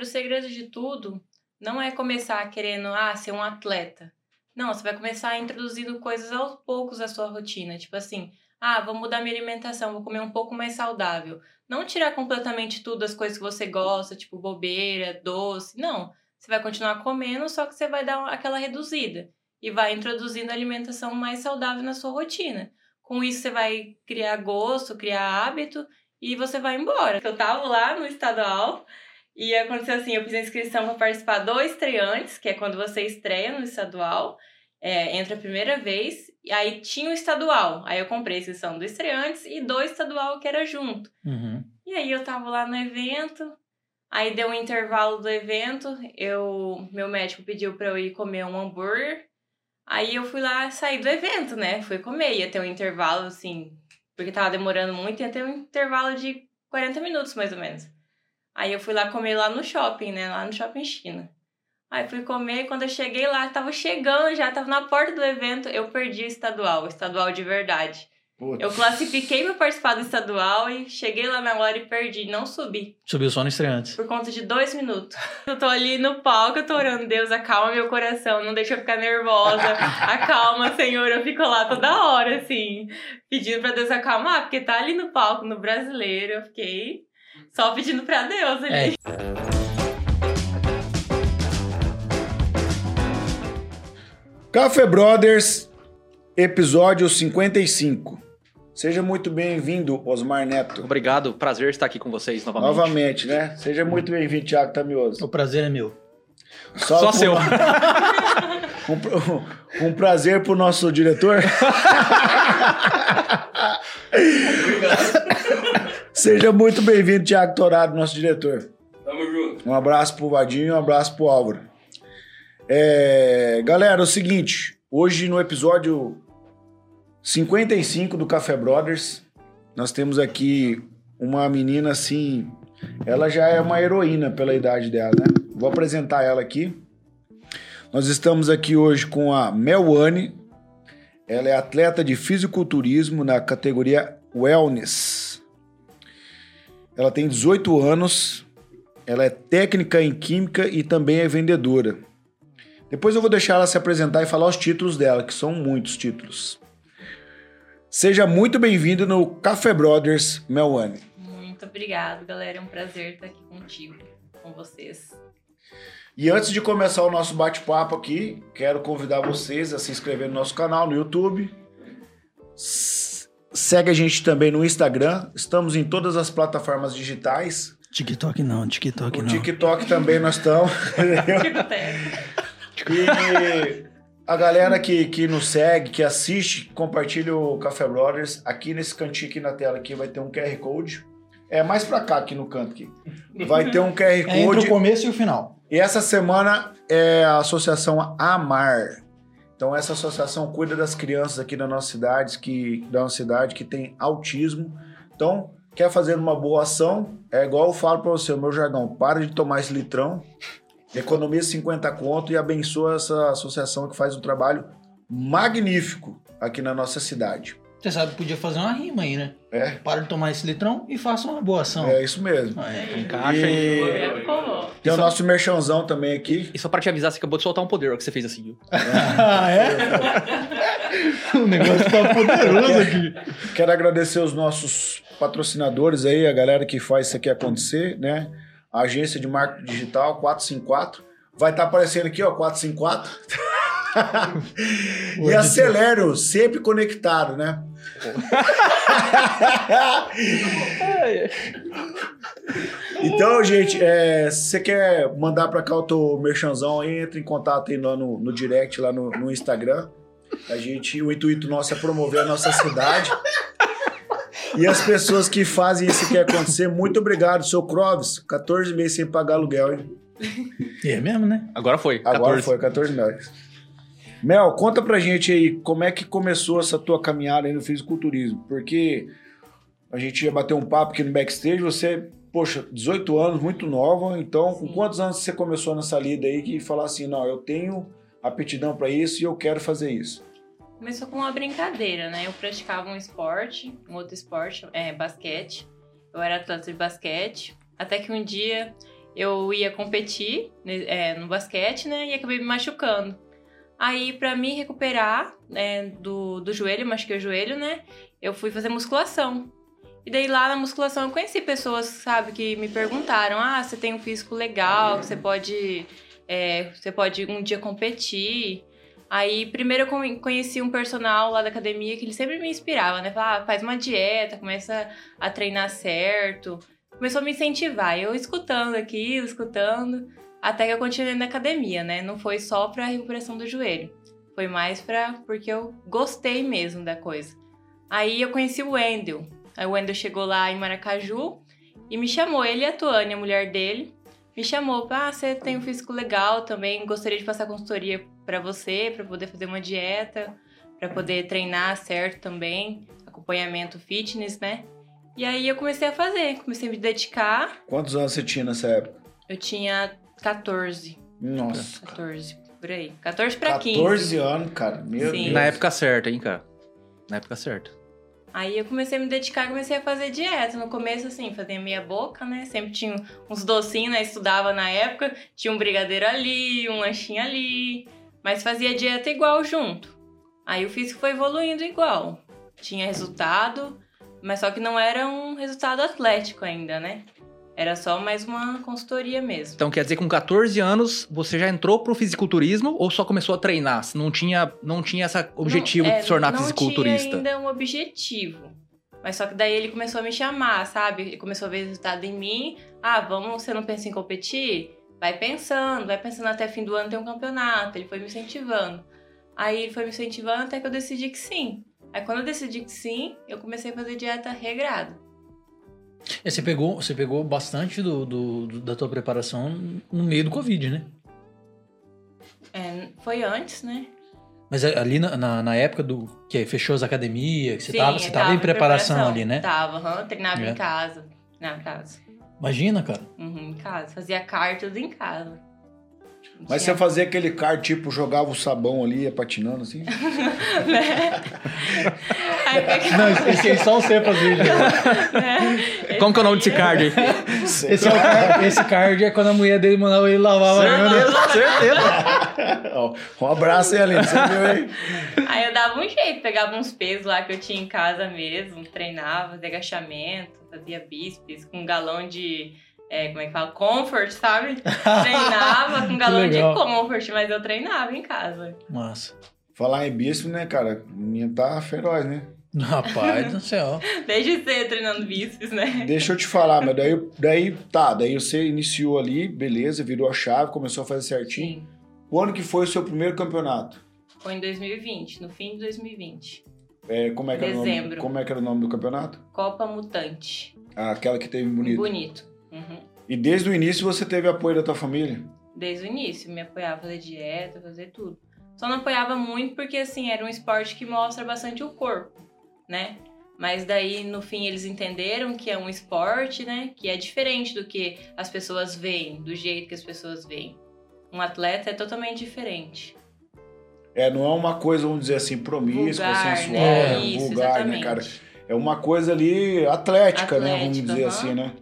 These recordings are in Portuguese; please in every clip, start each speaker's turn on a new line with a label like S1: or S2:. S1: o segredo de tudo não é começar querendo ah, ser um atleta. Não, você vai começar introduzindo coisas aos poucos à sua rotina. Tipo assim, ah, vou mudar minha alimentação, vou comer um pouco mais saudável. Não tirar completamente tudo as coisas que você gosta, tipo bobeira, doce. Não. Você vai continuar comendo, só que você vai dar aquela reduzida. E vai introduzindo a alimentação mais saudável na sua rotina. Com isso, você vai criar gosto, criar hábito e você vai embora. Eu tava lá no estadual e aconteceu assim: eu fiz a inscrição para participar do estreantes, que é quando você estreia no estadual, é, entra a primeira vez, e aí tinha o estadual. Aí eu comprei a inscrição do estreantes e do estadual que era junto.
S2: Uhum.
S1: E aí eu tava lá no evento, aí deu um intervalo do evento, eu meu médico pediu para eu ir comer um hambúrguer. Aí eu fui lá sair do evento, né? Fui comer, ia ter um intervalo assim, porque tava demorando muito, ia ter um intervalo de 40 minutos mais ou menos. Aí eu fui lá comer lá no shopping, né? Lá no shopping China. Aí fui comer, quando eu cheguei lá, tava chegando já, tava na porta do evento, eu perdi o estadual, o estadual de verdade.
S2: Putz.
S1: Eu classifiquei pra participar do estadual e cheguei lá na hora e perdi, não subi,
S2: Subiu só no estreante.
S1: por conta de dois minutos. Eu tô ali no palco, eu tô orando, Deus, acalma meu coração, não deixa eu ficar nervosa, acalma, Senhor, eu fico lá toda hora, assim, pedindo pra Deus acalmar, porque tá ali no palco, no brasileiro, eu fiquei só pedindo pra Deus ali.
S2: É.
S3: Café Brothers, episódio 55. Seja muito bem-vindo, Osmar Neto.
S4: Obrigado, prazer estar aqui com vocês novamente.
S3: Novamente, né? Seja muito bem-vindo, Thiago Tamioso.
S2: O prazer é meu.
S4: Só
S3: pro-
S4: seu.
S3: Um, pra- um prazer pro nosso diretor. Seja muito bem-vindo, Thiago Torado, nosso diretor.
S5: Tamo junto.
S3: Um abraço pro Vadinho, um abraço pro Álvaro. É, galera, é o seguinte, hoje no episódio 55 do Café Brothers, nós temos aqui uma menina assim, ela já é uma heroína pela idade dela, né? Vou apresentar ela aqui. Nós estamos aqui hoje com a Melwane. Ela é atleta de fisiculturismo na categoria Wellness. Ela tem 18 anos, ela é técnica em química e também é vendedora. Depois eu vou deixar ela se apresentar e falar os títulos dela, que são muitos títulos. Seja muito bem-vindo no Café Brothers, Melwane.
S1: Muito obrigado, galera. É um prazer estar aqui contigo, com vocês.
S3: E antes de começar o nosso bate-papo aqui, quero convidar vocês a se inscrever no nosso canal no YouTube. S- Segue a gente também no Instagram. Estamos em todas as plataformas digitais.
S2: TikTok não, TikTok
S3: O
S2: não.
S3: TikTok também nós estamos.
S1: Tico Teco.
S3: E a galera que, que nos segue, que assiste, compartilha o Café Brothers. Aqui nesse cantinho aqui na tela aqui vai ter um QR Code. É mais pra cá aqui no canto aqui. Vai ter um QR
S2: É entre o
S3: Code.
S2: começo e o final.
S3: E essa semana é a associação Amar. Então essa associação cuida das crianças aqui da nossa cidade que da nossa cidade que tem autismo. Então quer fazer uma boa ação? É igual eu falo pra você, o meu jargão, para de tomar esse litrão, economiza 50 conto e abençoa essa associação que faz um trabalho magnífico aqui na nossa cidade.
S2: Você sabe que podia fazer uma rima aí, né?
S3: É,
S2: Para de tomar esse litrão e faça uma boa ação.
S3: é isso mesmo.
S2: Ah, é.
S4: Encaixa aí.
S3: E
S1: Como?
S3: tem o nosso merchanzão também aqui.
S4: E só pra te avisar, você acabou de soltar um poder, ó, que você fez assim, viu?
S2: Ah, é? o negócio tá poderoso aqui.
S3: Quero agradecer os nossos patrocinadores aí, a galera que faz isso aqui acontecer, né? A agência de marketing digital 454. Vai estar aparecendo aqui, ó, 454. e a Celero, sempre conectado, né? Então, gente, é, se você quer mandar pra cá o teu merchanzão aí, entra em contato aí lá no, no direct, lá no, no Instagram. A gente, o intuito nosso é promover a nossa cidade. E as pessoas que fazem isso que acontecer, muito obrigado, seu Croves. 14 meses sem pagar aluguel, hein?
S2: É mesmo, né?
S4: Agora foi.
S3: Agora
S4: 14.
S3: foi, 14 meses. Mel, conta pra gente aí como é que começou essa tua caminhada aí no fisiculturismo. Porque a gente ia bater um papo aqui no backstage, você, poxa, 18 anos, muito nova. Então, com
S1: Sim.
S3: quantos anos você começou nessa lida aí que falar assim, não, eu tenho aptidão pra isso e eu quero fazer isso?
S1: Começou com uma brincadeira, né? Eu praticava um esporte, um outro esporte, é basquete. Eu era atleta de basquete. Até que um dia eu ia competir né, é, no basquete, né? E acabei me machucando. Aí, pra me recuperar né, do, do joelho, machuquei o joelho, né? Eu fui fazer musculação. E daí lá na musculação eu conheci pessoas, sabe, que me perguntaram: ah, você tem um físico legal, você pode. é, você pode um dia competir. Aí, primeiro eu con- conheci um personal lá da academia que ele sempre me inspirava, né? Falava, ah, faz uma dieta, começa a treinar certo. Começou a me incentivar. Eu escutando aquilo, escutando, até que eu continuei na academia, né? Não foi só pra recuperação do joelho. Foi mais pra porque eu gostei mesmo da coisa. Aí eu conheci o Wendel. Aí o Wendel chegou lá em Maracaju e me chamou, ele e a Tuane, a mulher dele, me chamou, ah, você tem um físico legal também, gostaria de passar consultoria pra você, pra poder fazer uma dieta, pra poder treinar certo também, acompanhamento fitness, né? E aí eu comecei a fazer, comecei a me dedicar.
S3: Quantos anos você tinha nessa época?
S1: Eu tinha 14,
S3: Nossa.
S1: 14 por aí, 14 pra 15.
S3: 14 anos, cara. Meu
S1: Sim.
S3: Deus.
S4: Na época certa, hein, cara? Na época certa.
S1: Aí eu comecei a me dedicar, comecei a fazer dieta. No começo, assim, fazia meia boca, né? Sempre tinha uns docinhos, né? Estudava na época, tinha um brigadeiro ali, um lanchinho ali. Mas fazia dieta igual junto. Aí o físico foi evoluindo igual. Tinha resultado, mas só que não era um resultado atlético ainda, né? Era só mais uma consultoria mesmo.
S4: Então quer dizer que com 14 anos você já entrou pro fisiculturismo ou só começou a treinar? Não tinha, não tinha esse objetivo
S1: Não- é,
S4: de se tornar
S1: não
S4: fisiculturista.
S1: Tinha ainda um objetivo. Mas só que daí ele começou a me chamar, sabe? Ele começou a ver resultado em mim. Ah, vamos, você não pensa em competir? Vai pensando, vai pensando até fim do ano tem um campeonato. Ele foi me incentivando. Aí ele foi me incentivando até que eu decidi que sim. Aí quando eu decidi que sim, eu comecei a fazer dieta regrada.
S2: E É, Você pegou, você pegou bastante do, do- do- da tua preparação no meio do Covid, né?
S1: É, foi antes, né?
S2: Mas a- ali na, na- na época do que fechou as academias, que você,
S1: Sim,
S2: tava,
S1: eu
S2: você tava em preparação, ali, né?
S1: Tava, aham, treinava
S2: É.
S1: em casa. Treinava em casa.
S2: Imagina, cara.
S1: Uhum, em casa. Fazia cardio tudo em casa. Não
S3: Mas
S1: tinha
S3: você fazia aquele car, tipo, jogava o sabão ali, ia patinando assim?
S1: né? Aí pega-
S2: Não, esse- esse aí só você fazer. gente.
S1: né?
S4: Como que é o nome desse card aí?
S2: Esse, é o card, esse card é quando a mulher dele mandava ele lavar a banana.
S4: certeza.
S3: Ó, um abraço, Helena. Você viu aí?
S1: Aí eu dava um jeito, pegava uns pesos lá que eu tinha em casa mesmo, treinava, fazia agachamento, fazia bíceps com um galão de. é, como é que fala? Comfort, sabe? Treinava com um galão de
S2: legal.
S1: comfort, mas eu treinava em casa.
S2: Massa.
S3: Falar em bíceps, né, cara? O menino tá feroz, né?
S2: Rapaz do céu.
S1: Desde cedo treinando bíceps, né?
S3: Deixa eu te falar, mas daí, daí tá, daí você iniciou ali, beleza, virou a chave, começou a fazer certinho.
S1: Sim.
S3: Quando que foi o seu primeiro campeonato?
S1: Foi em 2020, no fim de 2020.
S3: É, como, é que era o nome,
S1: Dezembro.
S3: como é que era o nome do campeonato?
S1: Copa Mutante.
S3: Ah, aquela que teve
S1: Bonito.
S3: bonito.
S1: Uhum.
S3: E desde o início você teve apoio da tua família?
S1: desde o início, me apoiava a fazer dieta, fazer tudo. Só não apoiava muito porque assim, era um esporte que mostra bastante o corpo, né? Mas daí no fim eles entenderam que é um esporte, né, que é diferente do que as pessoas veem, do jeito que as pessoas veem. Um atleta é totalmente diferente.
S3: É, não é uma coisa, vamos dizer assim, promíscua, sensual,
S2: né?
S3: é,
S1: Isso,
S3: vulgar,
S1: exatamente.
S3: né, cara? É uma coisa ali atlética, né? Vamos
S1: Atlética,
S3: dizer
S1: aham.
S3: assim, né?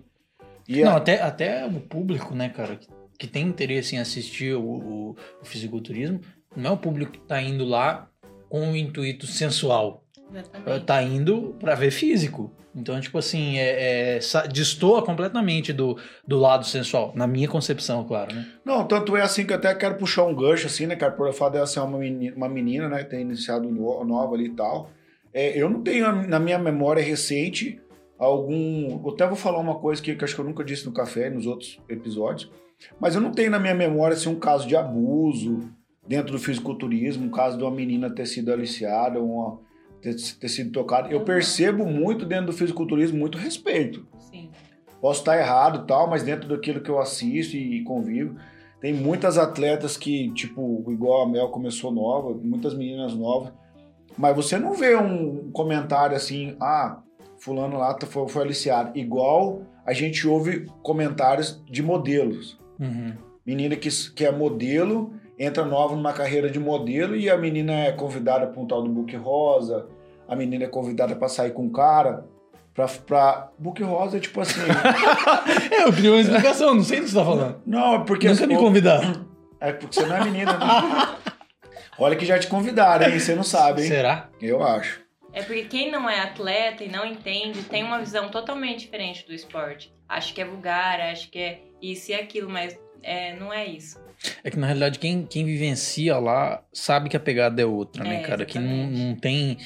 S3: E
S2: Não,
S3: a-
S2: até, até o público, né, cara, que, que tem interesse em assistir o, o- o fisiculturismo, não é o público que tá indo lá com o intuito sensual.
S1: Exatamente.
S2: Tá indo pra ver físico. Então, tipo assim, é, é, sa- destoa completamente do, do lado sensual. Na minha concepção, claro, né?
S3: não, tanto é assim que eu até quero puxar um gancho, assim, né, cara? Por eu falar dela ser uma menina, uma menina né? Ter iniciado no- nova ali e tal. É, eu não tenho na minha memória recente algum. Eu até vou falar uma coisa que, que eu acho que eu nunca disse no café e nos outros episódios. Mas eu não tenho na minha memória assim, um caso de abuso dentro do fisiculturismo, um caso de uma menina ter sido aliciada, uma, ter, ter sido tocada.
S1: Uhum.
S3: Eu percebo muito dentro do fisiculturismo muito respeito.
S1: Sim.
S3: Posso estar errado e tal, mas dentro daquilo que eu assisto e convivo, tem muitas atletas que, tipo, igual a Mel começou nova, muitas meninas novas, mas você não vê um comentário assim, ah, fulano lá tá- foi, foi aliciado. Igual a gente ouve comentários de modelos.
S2: Uhum.
S3: Menina que, s- que é modelo, entra nova numa carreira de modelo e a menina é convidada para um tal do book rosa, a menina é convidada para sair com o cara, Pra, pra... Book rosa é tipo assim.
S2: É, eu queria uma explicação, não sei do que você tá falando.
S3: não, é porque.
S2: Nunca me convidaram.
S3: É porque você não é menina. Né? Olha que já te convidaram, hein? Você não sabe, hein?
S2: Será?
S3: Eu acho.
S1: É porque quem não é atleta e não entende tem uma visão totalmente diferente do esporte. Acho que é vulgar, acho que é isso e aquilo, mas é, não é isso.
S2: É que na realidade quem, quem vivencia lá sabe que a pegada é outra, né,
S1: É,
S2: cara? Que não,
S1: exatamente.
S2: não tem.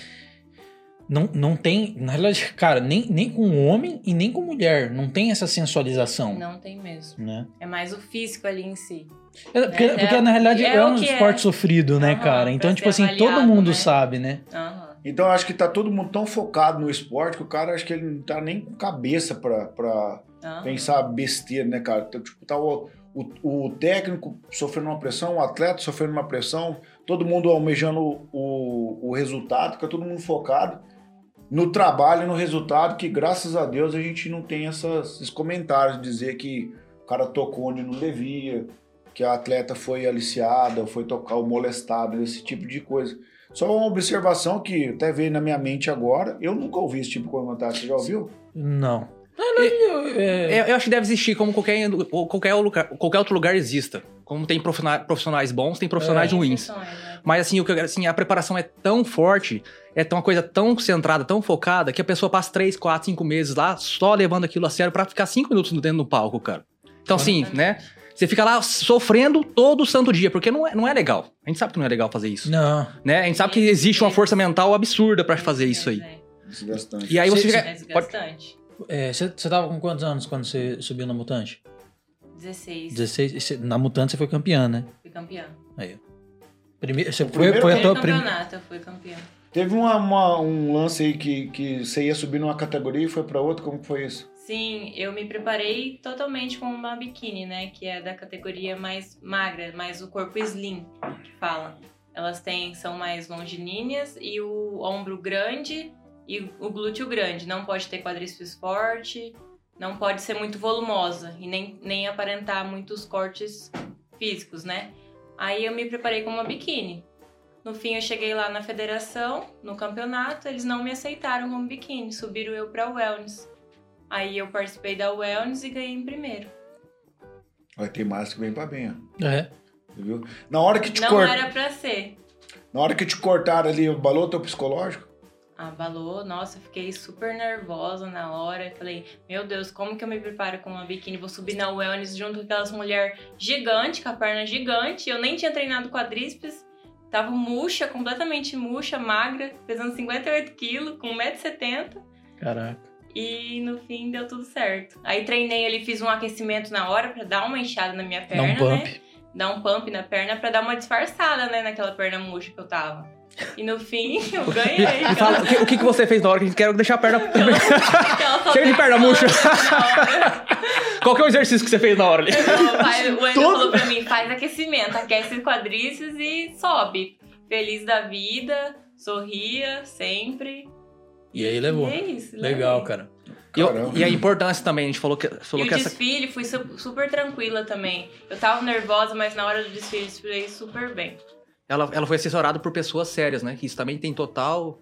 S2: Não, não tem. Na realidade, cara, nem, nem com um homem e nem com mulher. Não tem essa sensualização.
S1: Não tem mesmo.
S2: Né?
S1: É mais o físico ali em si.
S2: É, porque,
S1: É,
S2: porque, na realidade é,
S1: é o
S2: um
S1: que é.
S2: esporte sofrido, né,
S1: Aham,
S2: cara?
S1: pra
S2: Então,
S1: ser
S2: tipo assim, todo
S1: avaliado,
S2: mundo
S1: né?
S2: sabe, né?
S1: Aham.
S3: Então eu acho que tá todo mundo tão focado no esporte que o cara acho que ele não tá nem com cabeça pra, pra
S1: aham.
S3: pensar besteira, né, cara? Tá, Tipo, tá o, o, o técnico sofrendo uma pressão, o atleta sofrendo uma pressão, todo mundo almejando o, o, o resultado, fica todo mundo focado no trabalho, no resultado, que graças a Deus a gente não tem essas- esses comentários de dizer que o cara tocou onde não devia, que a atleta foi aliciada, foi tocar ou molestada, esse tipo de coisa. Só uma observação que até veio na minha mente agora, eu nunca ouvi esse tipo de comentário, você já ouviu?
S2: Não. Não, não, eu- é-
S4: Eu, eu acho que deve existir, como qualquer, ou qualquer, lugar, qualquer outro lugar exista. Como tem profissionais, profissionais bons, tem profissionais
S1: Tem
S4: ruins.
S1: exceções, né?
S4: Mas assim, o que eu quero- assim, a preparação é tão forte, é tão- uma coisa tão centrada, tão focada, que a pessoa passa 3, 4, 5 meses lá só levando aquilo a sério pra ficar 5 minutos dentro do palco, cara. Então, assim, né? Você fica lá sofrendo todo santo dia, porque não é, não é legal. A gente sabe que não é legal fazer isso.
S2: Não.
S4: Né? A gente sabe que existe uma força mental absurda pra fazer isso aí.
S1: É,
S3: Desgastante.
S4: E aí você
S2: Sim,
S4: fica.
S1: É desgastante.
S2: Você é, tava com quantos anos quando você subiu na Mutante?
S1: 16,
S2: 16. e cê- na Mutante você foi campeã, né?
S1: fui campeã.
S2: Primeiro, você foi,
S3: primeiro
S2: foi a
S1: Primeiro
S2: tua primeira.
S1: campeonato, eu fui campeã.
S3: Teve uma- uma- um lance aí que, que você ia subir numa categoria e foi pra outra, como que foi isso?
S1: Sim, eu me preparei totalmente com uma biquíni, né? Que é da categoria mais magra, mais o corpo slim, que fala. Elas têm, são mais longilíneas e o ombro grande e o glúteo grande. Não pode ter quadríceps forte, não pode ser muito volumosa e nem, nem aparentar muitos cortes físicos, né? Aí eu me preparei com uma biquíni. No fim, eu cheguei lá na federação, no campeonato, eles não me aceitaram como biquíni, subiram eu pra wellness. Aí eu participei da Wellness e ganhei em primeiro.
S3: Vai ter mais que vem pra bem, ó.
S1: né?
S2: É.
S3: Viu? Na hora que te
S1: Não
S3: cort...
S1: era pra ser.
S3: na hora que te cortaram ali, abalou teu psicológico?
S1: Abalou, nossa, eu fiquei super nervosa na hora. Falei, meu Deus, como que eu me preparo com uma biquíni? Vou subir na Wellness junto com aquelas mulheres gigantes, com a perna gigante. Eu nem tinha treinado quadríceps. Tava murcha, completamente murcha, magra, pesando 58 quilos, com 1,70m.
S2: Caraca.
S1: E no fim deu tudo certo. Aí treinei ali, fiz um aquecimento na hora pra dar uma enxada na minha
S2: Dá
S1: perna,
S2: um
S1: né?
S2: pump.
S1: dar um pump na perna pra dar uma disfarçada, né, naquela perna murcha que eu tava. E no fim, eu ganhei.
S4: E fala, o que, o que que você fez na hora que a gente quer deixar a perna. Cheio de perna murcha. Qual que é o exercício que você fez na hora ali?
S1: né? O Ender
S2: Todo-
S1: falou pra mim, faz aquecimento, aquece os quadríceps e sobe. Feliz da vida, sorria sempre.
S2: E aí levou.
S1: E é isso.
S2: Legal,
S1: levei.
S2: cara.
S4: E, eu-
S3: Caramba.
S4: e a importância também, a gente falou que, falou
S1: e
S4: que
S1: o
S4: essa.
S1: desfile, fui su- super tranquila também. Eu tava nervosa, mas na hora do desfile, desfilei super bem.
S4: ela, ela foi assessorada por pessoas sérias, né? Que isso também tem total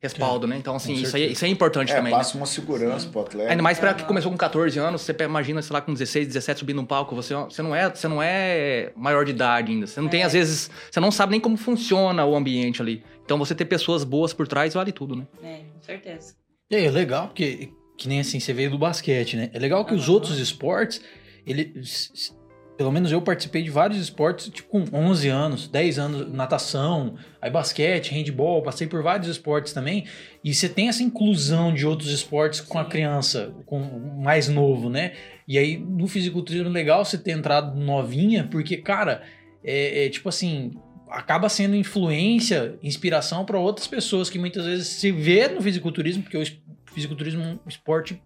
S4: respaldo, né? Então, assim,
S2: Com
S4: isso aí,
S2: certeza.
S4: isso aí é importante
S3: É,
S4: também. né?
S3: passa uma segurança pro atleta.
S4: Ainda mais pra que
S1: Aham.
S4: começou com 14 anos, você pe- imagina, sei lá, com 16, 17 subindo num palco, você, você, não, é, você não é maior de idade ainda. Você não tem,
S1: É.
S4: às vezes, você não sabe nem como funciona o ambiente ali. Então você ter pessoas boas por trás vale tudo, né?
S1: É, com certeza.
S2: E aí, é legal, porque que nem assim, você veio do basquete, né? É legal que os
S1: Aham.
S2: outros esportes, ele. s- s- Pelo menos eu participei de vários esportes, tipo, com 11 anos, 10 anos, natação, aí basquete, handball, passei por vários esportes também. E você tem essa inclusão de outros esportes com a
S1: Sim.
S2: criança, com o mais novo, né? E aí, no fisiculturismo, é legal você ter entrado novinha, porque, cara, é, é tipo assim, acaba sendo influência, inspiração para outras pessoas que muitas vezes se vê no fisiculturismo, porque o es- fisiculturismo é um esporte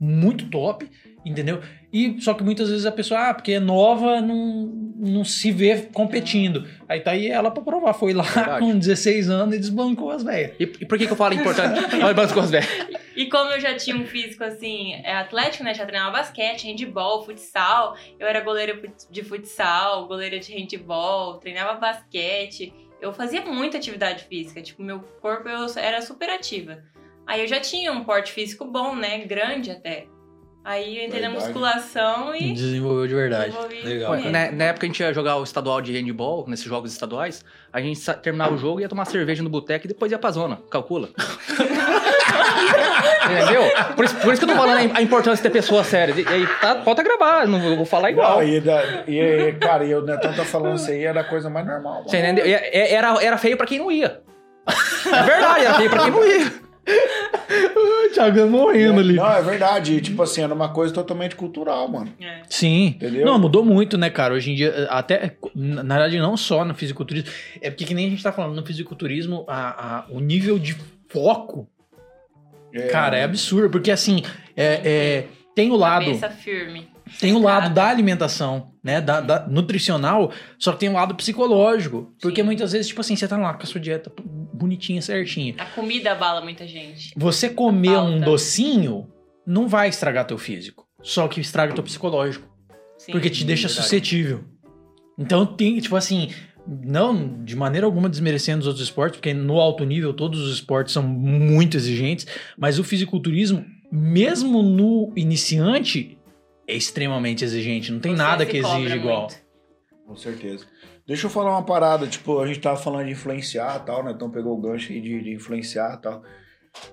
S2: muito top, entendeu? E só que muitas vezes a pessoa, ah, porque é nova, não, não se vê competindo. Aí tá aí ela para provar, foi lá
S4: Verdade.
S2: com 16 anos e desbancou as velhas.
S4: E, e por que, que eu falo importante? Olha, Banco com as velhas.
S1: E como eu já tinha um físico assim, é, atlético, né? Já treinava basquete, handball, futsal. Eu era goleira fut- de futsal, goleira de handball, treinava basquete. Eu fazia muita atividade física, tipo, meu corpo eu era super ativa. Aí eu já tinha um porte físico bom, né? Grande até. Aí eu entrei na
S3: Verdade.
S1: musculação e.
S2: Desenvolveu de verdade.
S1: Desenvolvi
S2: Legal.
S4: Ué,
S1: mesmo.
S2: cara.
S4: Na, Então, né, na época a gente ia jogar o estadual de handball, nesses jogos estaduais, a gente sa- terminava o jogo, ia tomar cerveja no boteco e depois ia pra zona. Calcula. Entendeu? Por isso, por isso que eu tô falando a im- a importância de ter pessoas sérias. E, e aí tá, pode gravar, não, eu vou falar igual.
S3: Não, e, da- e- e, cara, e o Netão tá falando isso aí, era a coisa mais normal. mano.
S4: Você entendeu? E é- Era, era feio pra quem não ia. É verdade, era feio pra quem não ia.
S2: O Thiago morrendo
S3: Não, é verdade. E, Tipo assim, era uma coisa totalmente cultural, mano.
S1: É.
S2: Sim.
S3: Entendeu?
S2: Não, mudou muito, né, cara? Hoje em dia, até, na na verdade, não só no fisiculturismo. É porque que nem a gente tá falando, no fisiculturismo, a, a- o nível de foco,
S3: É,
S2: cara, é absurdo. Porque, assim, é- é, tem o lado...
S1: Cabeça firme.
S2: Tem o lado
S1: Claro.
S2: da alimentação, né? Da, da nutricional, só que tem o lado psicológico. Porque
S1: Sim.
S2: muitas vezes, tipo assim, você tá lá com a sua dieta bonitinha, certinha.
S1: A comida abala muita gente.
S2: Você comer um
S1: Falta.
S2: docinho não vai estragar teu físico. Só que estraga teu psicológico.
S1: Sim.
S2: Porque tipo, te deixa
S4: verdade.
S2: suscetível. Então tem, tipo assim, não de maneira alguma desmerecendo os outros esportes, porque no alto nível todos os esportes são muito exigentes, mas o fisiculturismo, mesmo no iniciante, é extremamente exigente. Não tem
S1: Você
S2: nada
S1: se
S2: que
S1: cobra
S2: exija igual.
S1: muito.
S3: Com certeza. Deixa eu falar uma parada, tipo, a gente tava falando de influenciar e tal, né? Então pegou o gancho aí de, de influenciar e tal.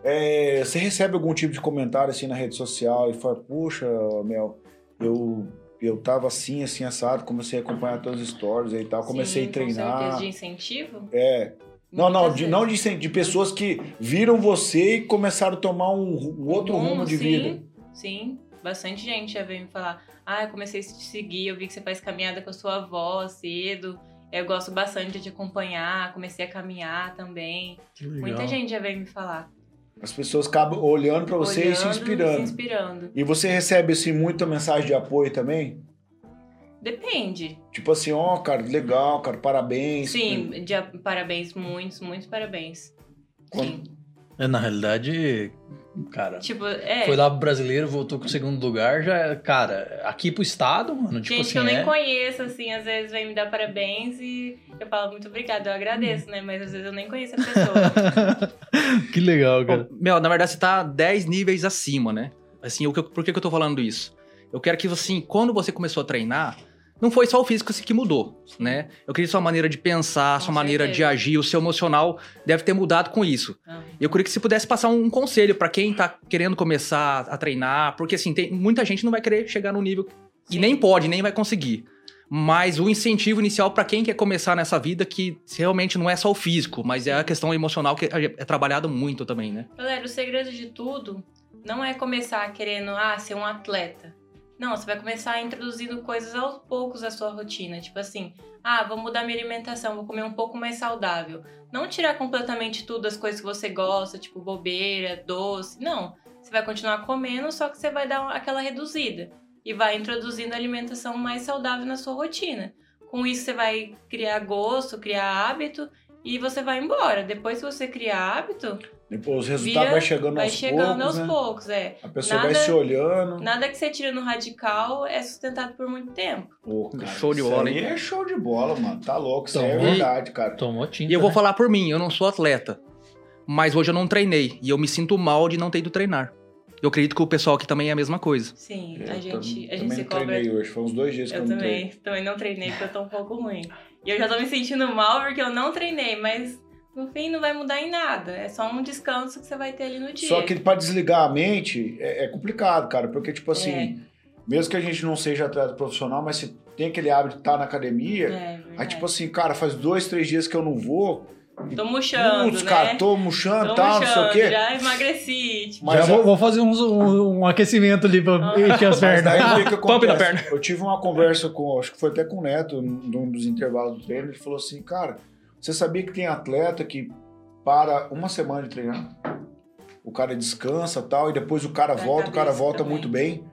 S3: É, você recebe algum tipo de comentário assim na rede social e fala, puxa, Mel, eu, eu tava assim, assim, assado, comecei a acompanhar todos os stories aí e tal, comecei
S1: Sim,
S3: a
S1: Com certeza,
S3: treinar.
S1: de incentivo?
S3: É. Não, não,
S1: Muitas
S3: de,
S1: vezes.
S3: não de, sen- de pessoas que viram você e começaram a tomar um, ru- um outro
S1: Bom,
S3: rumo de
S1: sim,
S3: vida.
S1: Sim, bastante gente já veio me falar. Ah, eu comecei a te seguir, eu vi que você faz caminhada com a sua avó cedo. Eu gosto bastante de te acompanhar, comecei a caminhar também. Muita gente já veio me falar.
S3: As pessoas acabam olhando pra você e se
S1: Olhando,
S3: inspirando.
S1: Se inspirando.
S3: E você recebe assim muita mensagem de apoio também?
S1: Depende.
S3: Tipo assim, ó, cara, legal, cara, parabéns.
S1: Sim, de, parabéns, muitos, muitos parabéns.
S3: Quando-
S1: Sim.
S2: É, Na realidade, cara,
S1: Tipo, é.
S2: foi lá pro brasileiro, voltou com o segundo lugar, já, é, cara, aqui pro estado, mano, tipo
S1: gente
S2: assim,
S1: que eu nem
S2: é-
S1: conheço, assim, às vezes vem me dar parabéns e eu falo muito obrigada, eu agradeço, né? Mas às vezes eu nem conheço a pessoa.
S2: que legal, cara.
S4: Bom, Mel, na verdade você tá 10 níveis acima, né? Assim, o que eu- por que, que eu tô falando isso? Eu quero que, assim, quando você começou a treinar, não foi só o físico assim, que mudou, né? Eu queria sua maneira de pensar,
S1: Com
S4: sua maneira de
S1: certeza.
S4: agir, o seu emocional deve ter mudado com isso.
S1: Ah.
S4: E eu queria que você pudesse passar um conselho pra quem tá querendo começar a treinar, porque, assim, tem, muita gente não vai querer chegar no nível e
S1: Sim.
S4: nem pode, nem vai conseguir. Mas o incentivo inicial pra quem quer começar nessa vida, que realmente não é só o físico, mas é a questão emocional que é é trabalhada muito também, né?
S1: Galera, o segredo de tudo não é começar querendo, ah, ser um atleta. Não, você vai começar introduzindo coisas aos poucos à sua rotina. Tipo assim, ah, vou mudar minha alimentação, vou comer um pouco mais saudável. Não tirar completamente tudo as coisas que você gosta, tipo bobeira, doce. Não. Você vai continuar comendo, só que você vai dar uma- aquela reduzida. E vai introduzindo a alimentação mais saudável na sua rotina. Com isso, você vai criar gosto, criar hábito e você vai embora. Depois que você criar hábito,
S3: Depois os resultados
S1: Vira-
S3: vai chegando
S1: Vai
S3: aos
S1: chegando
S3: poucos,
S1: aos
S3: né?
S1: poucos, é.
S3: A pessoa
S1: Nada-
S3: vai se olhando.
S1: Nada que você tira no radical é sustentado por muito tempo.
S3: Pô, cara,
S4: Show de
S3: isso
S4: bola,
S3: aí
S4: hein?
S3: é show de bola, mano. Tá louco, isso
S2: Então,
S3: aí é
S2: e-
S3: verdade, cara.
S2: Tomou tinta,
S4: E eu vou
S2: né?
S4: falar por mim, eu não sou atleta. Mas hoje eu não treinei. E eu me sinto mal de não ter ido treinar. Eu acredito que o pessoal aqui também é a mesma coisa.
S1: Sim,
S3: É, Eu
S1: a gente,
S3: tam-
S1: a gente
S3: também
S1: se
S3: não
S1: cobra.
S3: treinei hoje, foi uns dois dias que eu,
S1: Eu
S3: não
S1: também,
S3: treinei.
S1: também não treinei porque eu tô um pouco ruim. E eu já tô me sentindo mal porque eu não treinei, mas no fim não vai mudar em nada. É só um descanso que você vai ter ali no dia.
S3: Só que pra desligar a mente é, é complicado, cara, porque,
S1: É.
S3: tipo assim, mesmo que a gente não seja atleta profissional, mas se tem aquele hábito de estar na academia,
S1: É,
S3: aí, tipo
S1: verdade.
S3: assim, cara, faz dois, três dias que eu não vou.
S1: tô murchando,
S3: Putz,
S1: né?
S3: cara, tô
S1: tô
S3: murchando, tal, não sei o
S1: murchando,
S3: quê.
S1: já emagreci. Tipo,
S3: Mas
S2: já
S3: a-
S2: vou, vou fazer uns- um, um aquecimento ali pra
S1: Ah.
S2: encher as
S3: Mas
S2: pernas.
S3: daí o que que
S4: Pump na
S3: acontece? Eu tive uma conversa com, acho que foi até com o Neto, num dos intervalos do treino, ele falou assim, cara, você sabia que tem atleta que para uma semana de treinar? O cara descansa tal, e depois o cara
S1: Da
S3: volta, o cara
S1: cabeça
S3: volta
S1: também.
S3: muito bem.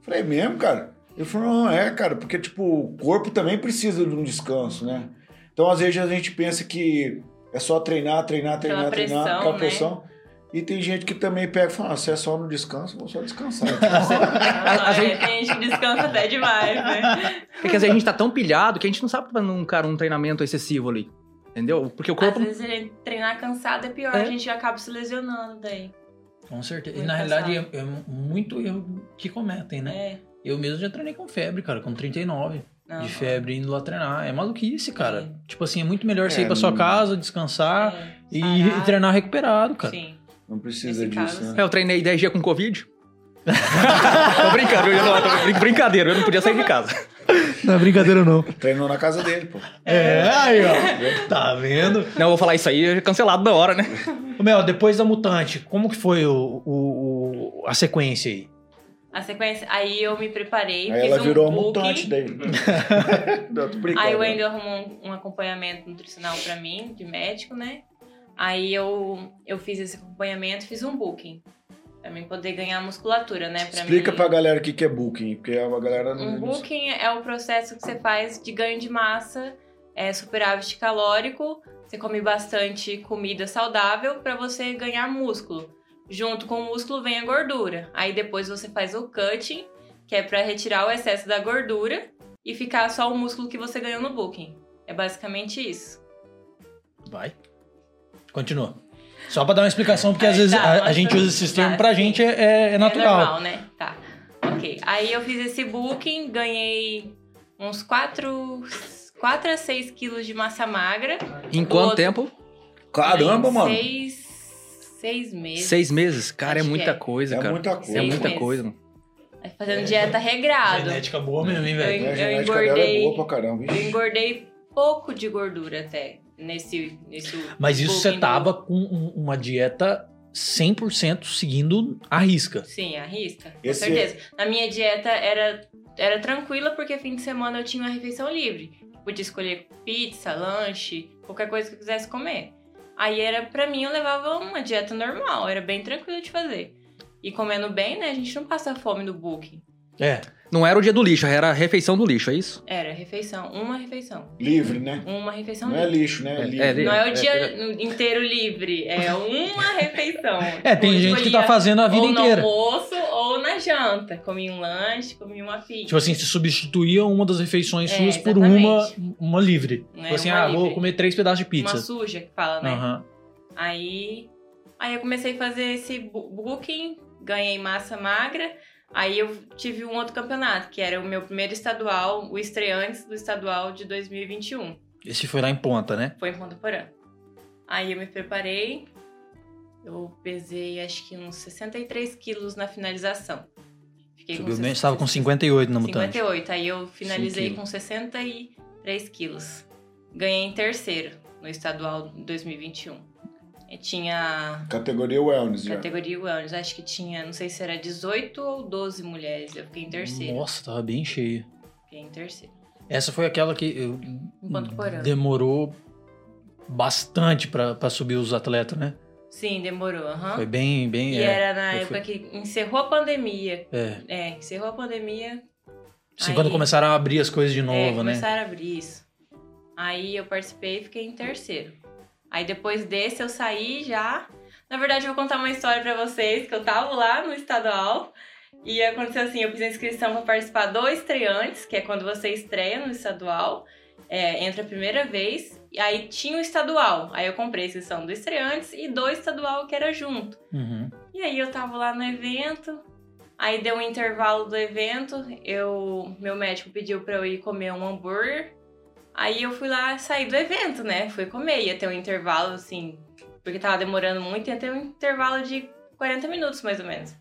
S3: Falei, "É mesmo, cara? Ele falou, não, é, cara, porque, tipo, o corpo também precisa de um descanso, né? Então, às vezes, a gente pensa que é só treinar, treinar, treinar, treinar,
S1: pressão,
S3: aquela
S1: né?
S3: pressão. E tem gente que também pega e fala, ah, se é só no descanso, eu vou só descansar.
S1: ah,
S4: a
S1: é, tem gente que descansa até demais, né?
S4: Porque às vezes a gente tá tão pilhado que a gente não sabe fazer um cara um treinamento excessivo ali. Entendeu? Porque o
S1: Às
S4: corpo.
S1: vezes ele treinar cansado é pior,
S4: É.
S1: a gente acaba se lesionando daí.
S2: Com certeza. E
S1: Muito
S2: na realidade
S1: cansado.
S2: é, é muito erro que cometem, né?
S1: É.
S2: Eu mesmo já treinei com febre, cara, com 39
S1: Não.
S2: de febre indo lá treinar. É maluquice, cara.
S1: Sim.
S2: Tipo assim, é muito melhor você
S3: É,
S2: ir pra sua
S3: não-
S2: casa, descansar
S1: É,
S2: e,
S1: sarar.
S2: e treinar recuperado, cara.
S1: Sim.
S3: Não precisa
S1: Nesse
S3: disso,
S1: caso,
S3: né?
S4: É, Eu treinei 10 dias com Covid. tô brincando, eu não, tô brin- brincadeira, eu não podia sair de casa.
S2: Não é brincadeira, não.
S3: Treinou na casa dele, pô.
S2: É, aí, ó. Tá vendo?
S4: Não, eu vou falar isso aí, é cancelado na hora, né?
S2: Ô, Mel, depois da mutante, como que foi o, o- o- a sequência aí?
S1: A sequência. Aí eu me preparei.
S3: Aí
S1: fiz
S3: ela
S1: um
S3: virou a
S1: book,
S3: mutante daí. Não, tô brincando. né?
S1: Aí o Wendel arrumou um, um acompanhamento nutricional pra mim, de médico, né? Aí eu, eu fiz esse acompanhamento, fiz um booking. Pra mim poder ganhar musculatura, né? Pra
S3: Explica
S1: mim...
S3: pra galera o que que é booking, porque a galera não...
S1: Um
S3: não sabe.
S1: booking é o processo que você faz de ganho de massa, é superávit calórico, você come bastante comida saudável para você ganhar músculo. Junto com o músculo vem a gordura. Aí depois você faz o cutting, que é para retirar o excesso da gordura e ficar só o músculo que você ganhou no booking. É basicamente isso.
S2: Vai. Continua. Só pra dar uma explicação, porque às
S1: Aí,
S2: vezes
S1: tá,
S2: a, a
S1: mas
S2: gente
S1: tá,
S2: usa esse termo
S1: tá,
S2: pra
S1: sim.
S2: gente é, é natural.
S1: normal, né? Tá. Ok. Aí eu fiz esse booking, ganhei uns 4, 4 a 6 quilos de massa magra.
S4: Em
S1: Do
S4: quanto
S1: outro-
S4: tempo?
S3: Caramba,
S1: Em
S3: mano.
S1: Seis, seis meses.
S4: Seis meses? Cara, é
S1: Acho que
S4: muita
S1: é.
S4: coisa,
S3: É
S4: cara.
S3: muita coisa.
S4: É
S1: Seis
S4: muita
S1: meses.
S4: coisa, mano.
S1: Aí Fazendo dieta regrado.
S2: Genética boa mesmo, hein,
S1: Eu
S2: velho?
S3: É, a
S1: eu
S3: genética dela é
S1: engordei-
S3: boa pra caramba,
S1: Eu
S3: hein?
S1: engordei pouco de gordura até nesse. nesse
S2: Mas isso
S1: booking
S2: você tava com um- uma dieta 100% seguindo a risca.
S1: do- Sim, arrisca. Com
S3: Esse-
S1: certeza. Na minha dieta era, era tranquila, porque fim de semana eu tinha uma refeição livre. Podia escolher pizza, lanche, qualquer coisa que eu quisesse comer. Aí era, pra mim, eu levava uma dieta normal, era bem tranquilo de fazer. E comendo bem, né? A gente não passa fome no booking.
S2: É.
S4: Não era o dia do lixo, era a refeição do lixo, é isso?
S1: Era refeição, uma refeição.
S3: Livre, né?
S1: Uma refeição
S3: Não
S1: Então livre.
S3: é lixo, né? É
S4: É,
S3: livre.
S4: é li-
S1: Não é o dia inteiro livre, é uma refeição.
S2: É, tem
S1: Eu
S2: gente que
S1: escolhia
S2: tá fazendo a vida
S1: ou
S2: inteira.
S1: no almoço ou na janta. Comi um lanche, comi uma pizza.
S2: Tipo assim, você substituía uma das refeições
S1: É,
S2: suas por
S1: exatamente.
S2: uma, uma livre.
S1: É,
S2: Tipo assim,
S1: uma
S2: ah, vou
S1: livre.
S2: comer três pedaços de
S1: Uma
S2: pizza.
S1: suja que fala, né?
S2: Aham.
S1: Aí, aí eu comecei a fazer esse bu- booking, ganhei massa magra. Aí eu tive um outro campeonato, que era o meu primeiro estadual, o estreantes do estadual de 2021.
S2: Esse foi lá em ponta, né?
S1: Foi em Ponta Porã. Aí eu me preparei. Eu pesei acho que uns 63 quilos na finalização. Fiquei
S2: Subiu
S1: 60
S2: bem, estava com 58 na mutante.
S1: 58. Aí eu finalizei
S2: Cinco
S1: com 63 quilos. Ganhei em terceiro no estadual 2021. E tinha
S3: Categoria wellness, já.
S1: categoria wellness, acho que tinha, não sei se era 18 ou 12 mulheres. Eu fiquei em terceiro.
S2: Nossa, tava bem cheio.
S1: Fiquei em terceiro.
S2: Essa foi aquela que eu-
S1: Enquanto Um por ano.
S2: demorou bastante pra pra subir os atletas, né?
S1: Sim, demorou, aham.
S2: Foi bem, bem.
S1: E
S2: é,
S1: era na
S2: eu
S1: época que encerrou a pandemia.
S2: é.
S1: É, encerrou a pandemia,
S2: Assim,
S1: Aí-
S2: quando começaram a abrir as coisas de
S1: É,
S2: novo, né?
S1: começaram a abrir isso. Aí eu participei e fiquei em terceiro. Aí depois desse eu saí já. Na verdade, eu vou contar uma história pra vocês, que eu tava lá no estadual. E aconteceu assim, eu fiz a inscrição pra participar do estreantes, que é quando você estreia no estadual. É, entra a primeira vez. E aí tinha o estadual. Aí eu comprei a inscrição do estreantes e do estadual que era junto.
S2: Uhum.
S1: E aí eu tava lá no evento, aí deu um intervalo do evento, eu, meu médico pediu pra eu ir comer um hambúrguer. Aí eu fui lá sair do evento, né? Fui comer, ia ter um intervalo assim, porque tava demorando muito, ia ter um intervalo de 40 minutos mais ou menos.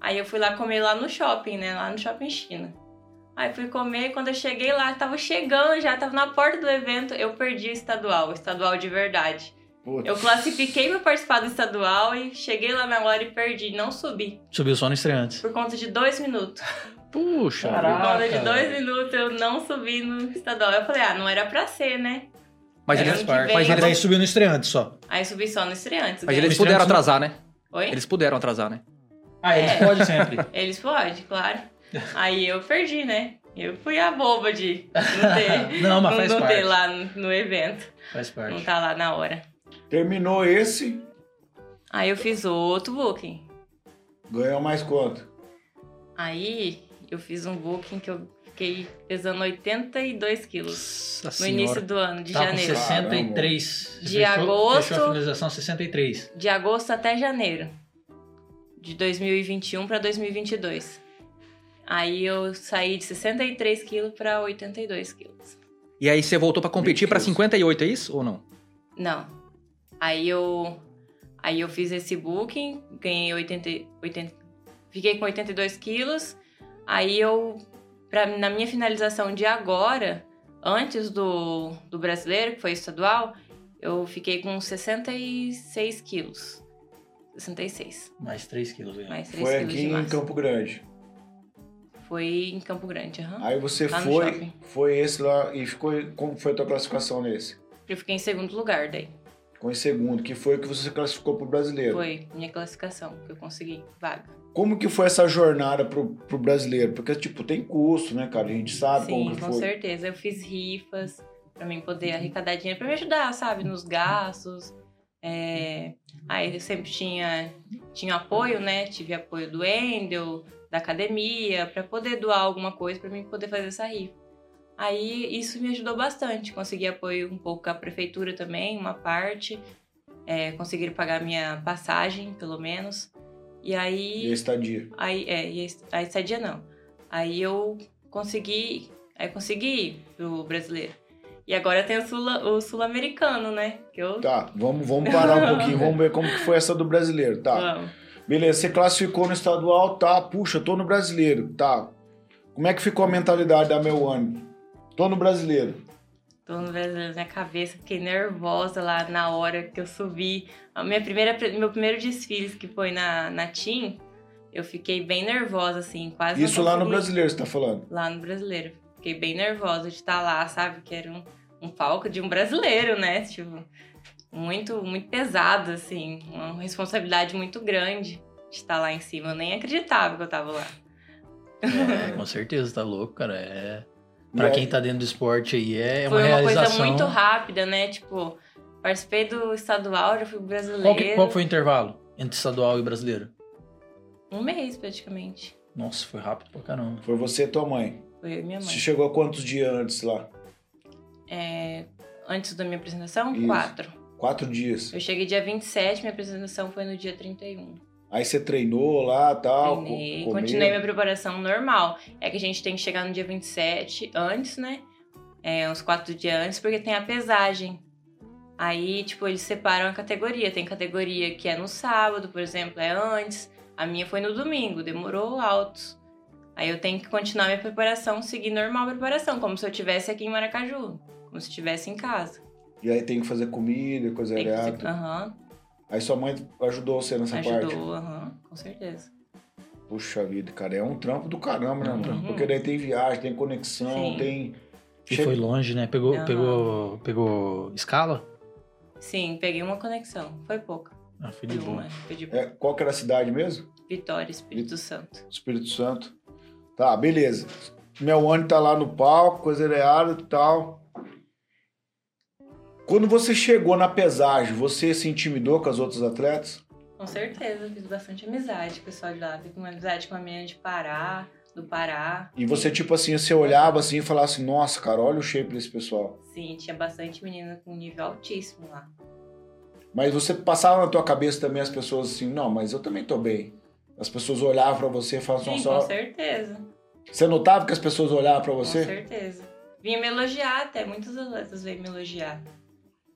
S1: Aí eu fui lá comer lá no shopping, né? Lá no shopping China. Aí fui comer, quando eu cheguei lá, tava chegando já, tava na porta do evento, eu perdi o estadual, o estadual de verdade.
S3: Putz.
S1: Eu classifiquei pra participar do estadual e cheguei lá na hora e perdi, não subi.
S2: Subiu só no estreante.
S1: Por conta de dois minutos.
S4: Puxa.
S2: Caraca.
S1: Por conta de dois
S2: velho.
S1: minutos eu não subi no estadual. Eu falei, ah, não era pra ser, né?
S4: Mas
S1: É,
S4: eles,
S1: ano que vem
S4: mas
S1: eu
S2: Mas
S4: eles,
S2: aí subiu no estreante só.
S1: Aí subi só no estreantes.
S4: mas
S1: ganhei.
S4: eles puderam atrasar, né?
S1: Oi?
S4: Eles puderam atrasar, né?
S2: Ah, eles
S1: É.
S2: podem sempre.
S1: Eles podem, claro. Aí eu perdi, né? Eu fui a boba de não ter,
S2: não, mas
S1: não,
S2: faz
S1: não ter
S2: parte.
S1: lá no, no evento.
S2: Faz
S1: Não
S2: parte.
S1: tá lá na hora.
S3: Terminou esse,
S1: Aí eu fiz outro booking.
S3: ganhou mais quanto?
S1: Aí eu fiz um booking que eu fiquei pesando 82 quilos.
S4: Nossa
S1: No início do ano, de
S2: Tá com
S1: janeiro.
S2: 63.
S1: De
S2: Você fechou-
S1: agosto-
S2: Fechou a finalização 63.
S1: De agosto até janeiro. de 2021 para 2022. Aí eu saí de 63 quilos para 82 quilos.
S4: E aí você voltou pra competir pra 58, é isso ou não?
S1: Não. Aí eu aí eu fiz esse booking, ganhei 80, 80 fiquei com 82 quilos. Aí eu pra, na minha finalização de agora, antes do, do brasileiro, que foi estadual, eu fiquei com 66 quilos. 66,
S2: Mais 3 quilos ganhou.
S1: mais 3
S3: Foi
S1: quilos
S3: aqui
S1: de
S3: em
S1: massa.
S3: Campo Grande.
S1: Foi em Campo Grande, aham.
S3: Aí você
S1: Lá no
S3: foi,
S1: shopping.
S3: foi esse lá e ficou. Como foi a tua classificação nesse?
S1: Eu fiquei em segundo lugar daí.
S3: Ficou em segundo, que foi o que você classificou pro brasileiro.
S1: Foi minha classificação que eu consegui vaga.
S3: Como que foi essa jornada pro, pro brasileiro? Porque, tipo, tem custo, né, cara? A gente sabe como
S1: Sim,
S3: que
S1: com
S3: foi.
S1: certeza. Eu fiz rifas pra mim poder arrecadar dinheiro pra me ajudar, sabe, nos gastos. É, Aí eu sempre tinha, tinha apoio, né? Tive apoio do Endel, da academia, pra poder doar alguma coisa pra mim poder fazer essa rifa. Aí isso me ajudou bastante. Consegui apoio um pouco com a prefeitura também, uma parte. É, conseguiram pagar minha passagem, pelo menos. E aí.
S3: E a estadia.
S1: Aí, é, e a est- a estadia não. Aí eu consegui, aí eu consegui ir pro brasileiro. E agora tem o sula- o sul-americano, né? Que eu
S3: Tá, vamos, vamos parar um pouquinho, vamos ver como que foi essa do brasileiro, tá?
S1: amo.
S3: Beleza, você classificou no estadual, tá? Puxa, tô no brasileiro, tá? Como é que ficou a mentalidade da meu ano? Tô no brasileiro.
S1: Tô no brasileiro na cabeça, fiquei nervosa lá na hora que eu subi. A minha primeira, pre- meu primeiro desfile que foi na, na TIM, eu fiquei bem nervosa, assim, quase não
S3: Isso lá no
S1: consegui-
S3: brasileiro você tá falando.
S1: Lá no brasileiro. Fiquei bem nervosa de estar lá, sabe? Que era um, um palco de um brasileiro, né? Tipo, muito, muito pesado, assim. Uma responsabilidade muito grande de estar lá em cima. Eu nem acreditava que eu tava lá.
S2: É, com certeza, tá louco, cara. É...
S3: E
S2: Pra
S3: aí-
S2: quem tá dentro do esporte aí, é uma
S1: Foi uma
S2: realização.
S1: coisa muito rápida, né? Tipo, participei do estadual, já fui brasileiro.
S2: Qual, que- qual foi o intervalo entre estadual e brasileiro?
S1: Um mês, praticamente.
S2: Nossa, foi rápido pra caramba.
S3: Foi você e tua mãe.
S1: Foi eu e minha mãe.
S3: Você chegou a quantos dias antes lá?
S1: É, antes da minha apresentação,
S3: Isso.
S1: quatro.
S3: Quatro dias.
S1: Eu cheguei dia 27, minha apresentação foi no dia 31.
S3: Aí você treinou lá tal.
S1: Treinei,
S3: co- comeu.
S1: continuei minha preparação normal. É que a gente tem que chegar no dia 27 antes, né? É, uns quatro dias antes, porque tem a pesagem. Aí, tipo, eles separam a categoria. Tem categoria que é no sábado, por exemplo, é antes. A minha foi no domingo, demorou altos. Aí eu tenho que continuar minha preparação, seguir normal a preparação, como se eu estivesse aqui em Maracaju, como se estivesse em casa.
S3: E aí tem que fazer comida, coisa
S1: Tem que
S3: errada.
S1: fazer- Aham,
S3: Aí sua mãe ajudou você nessa parte.
S1: ajudou, aham, com certeza.
S3: Puxa vida, cara, é um trampo do caramba, né,
S2: Uhum.
S3: mano? Porque daí tem viagem, tem conexão,
S1: Sim.
S3: tem.
S2: E
S3: Che-
S2: foi longe, né? Pegou,
S1: Aham.
S2: pegou, pegou escala?
S1: Sim, peguei uma conexão, foi pouca.
S2: Ah, foi de
S1: Foi
S2: boa.
S1: uma, foi de boa.
S3: É, qual que era a cidade mesmo?
S1: Vitória, Espírito Santo.
S3: Espírito Santo. Tá, beleza. Meu ano tá lá no palco, coisa areada e tal. Quando você chegou na pesagem, você se intimidou com as outras atletas?
S1: Com certeza, fiz bastante amizade com o pessoal de lá. Fiz uma amizade com a menina de Pará, do Pará.
S3: E você, tipo assim, você olhava assim e falava assim, nossa, cara, olha o shape desse pessoal.
S1: Sim, tinha bastante menina com nível altíssimo lá.
S3: Mas você passava na tua cabeça também as pessoas assim, não, mas eu também tô bem. As pessoas olhavam pra você e falavam, assim,
S1: Sim,
S3: nossa,
S1: com
S3: ó-
S1: certeza.
S3: você notava que as pessoas olhavam pra
S1: Com
S3: você?
S1: certeza. Vinha me elogiar até, muitos atletas vêm me elogiar.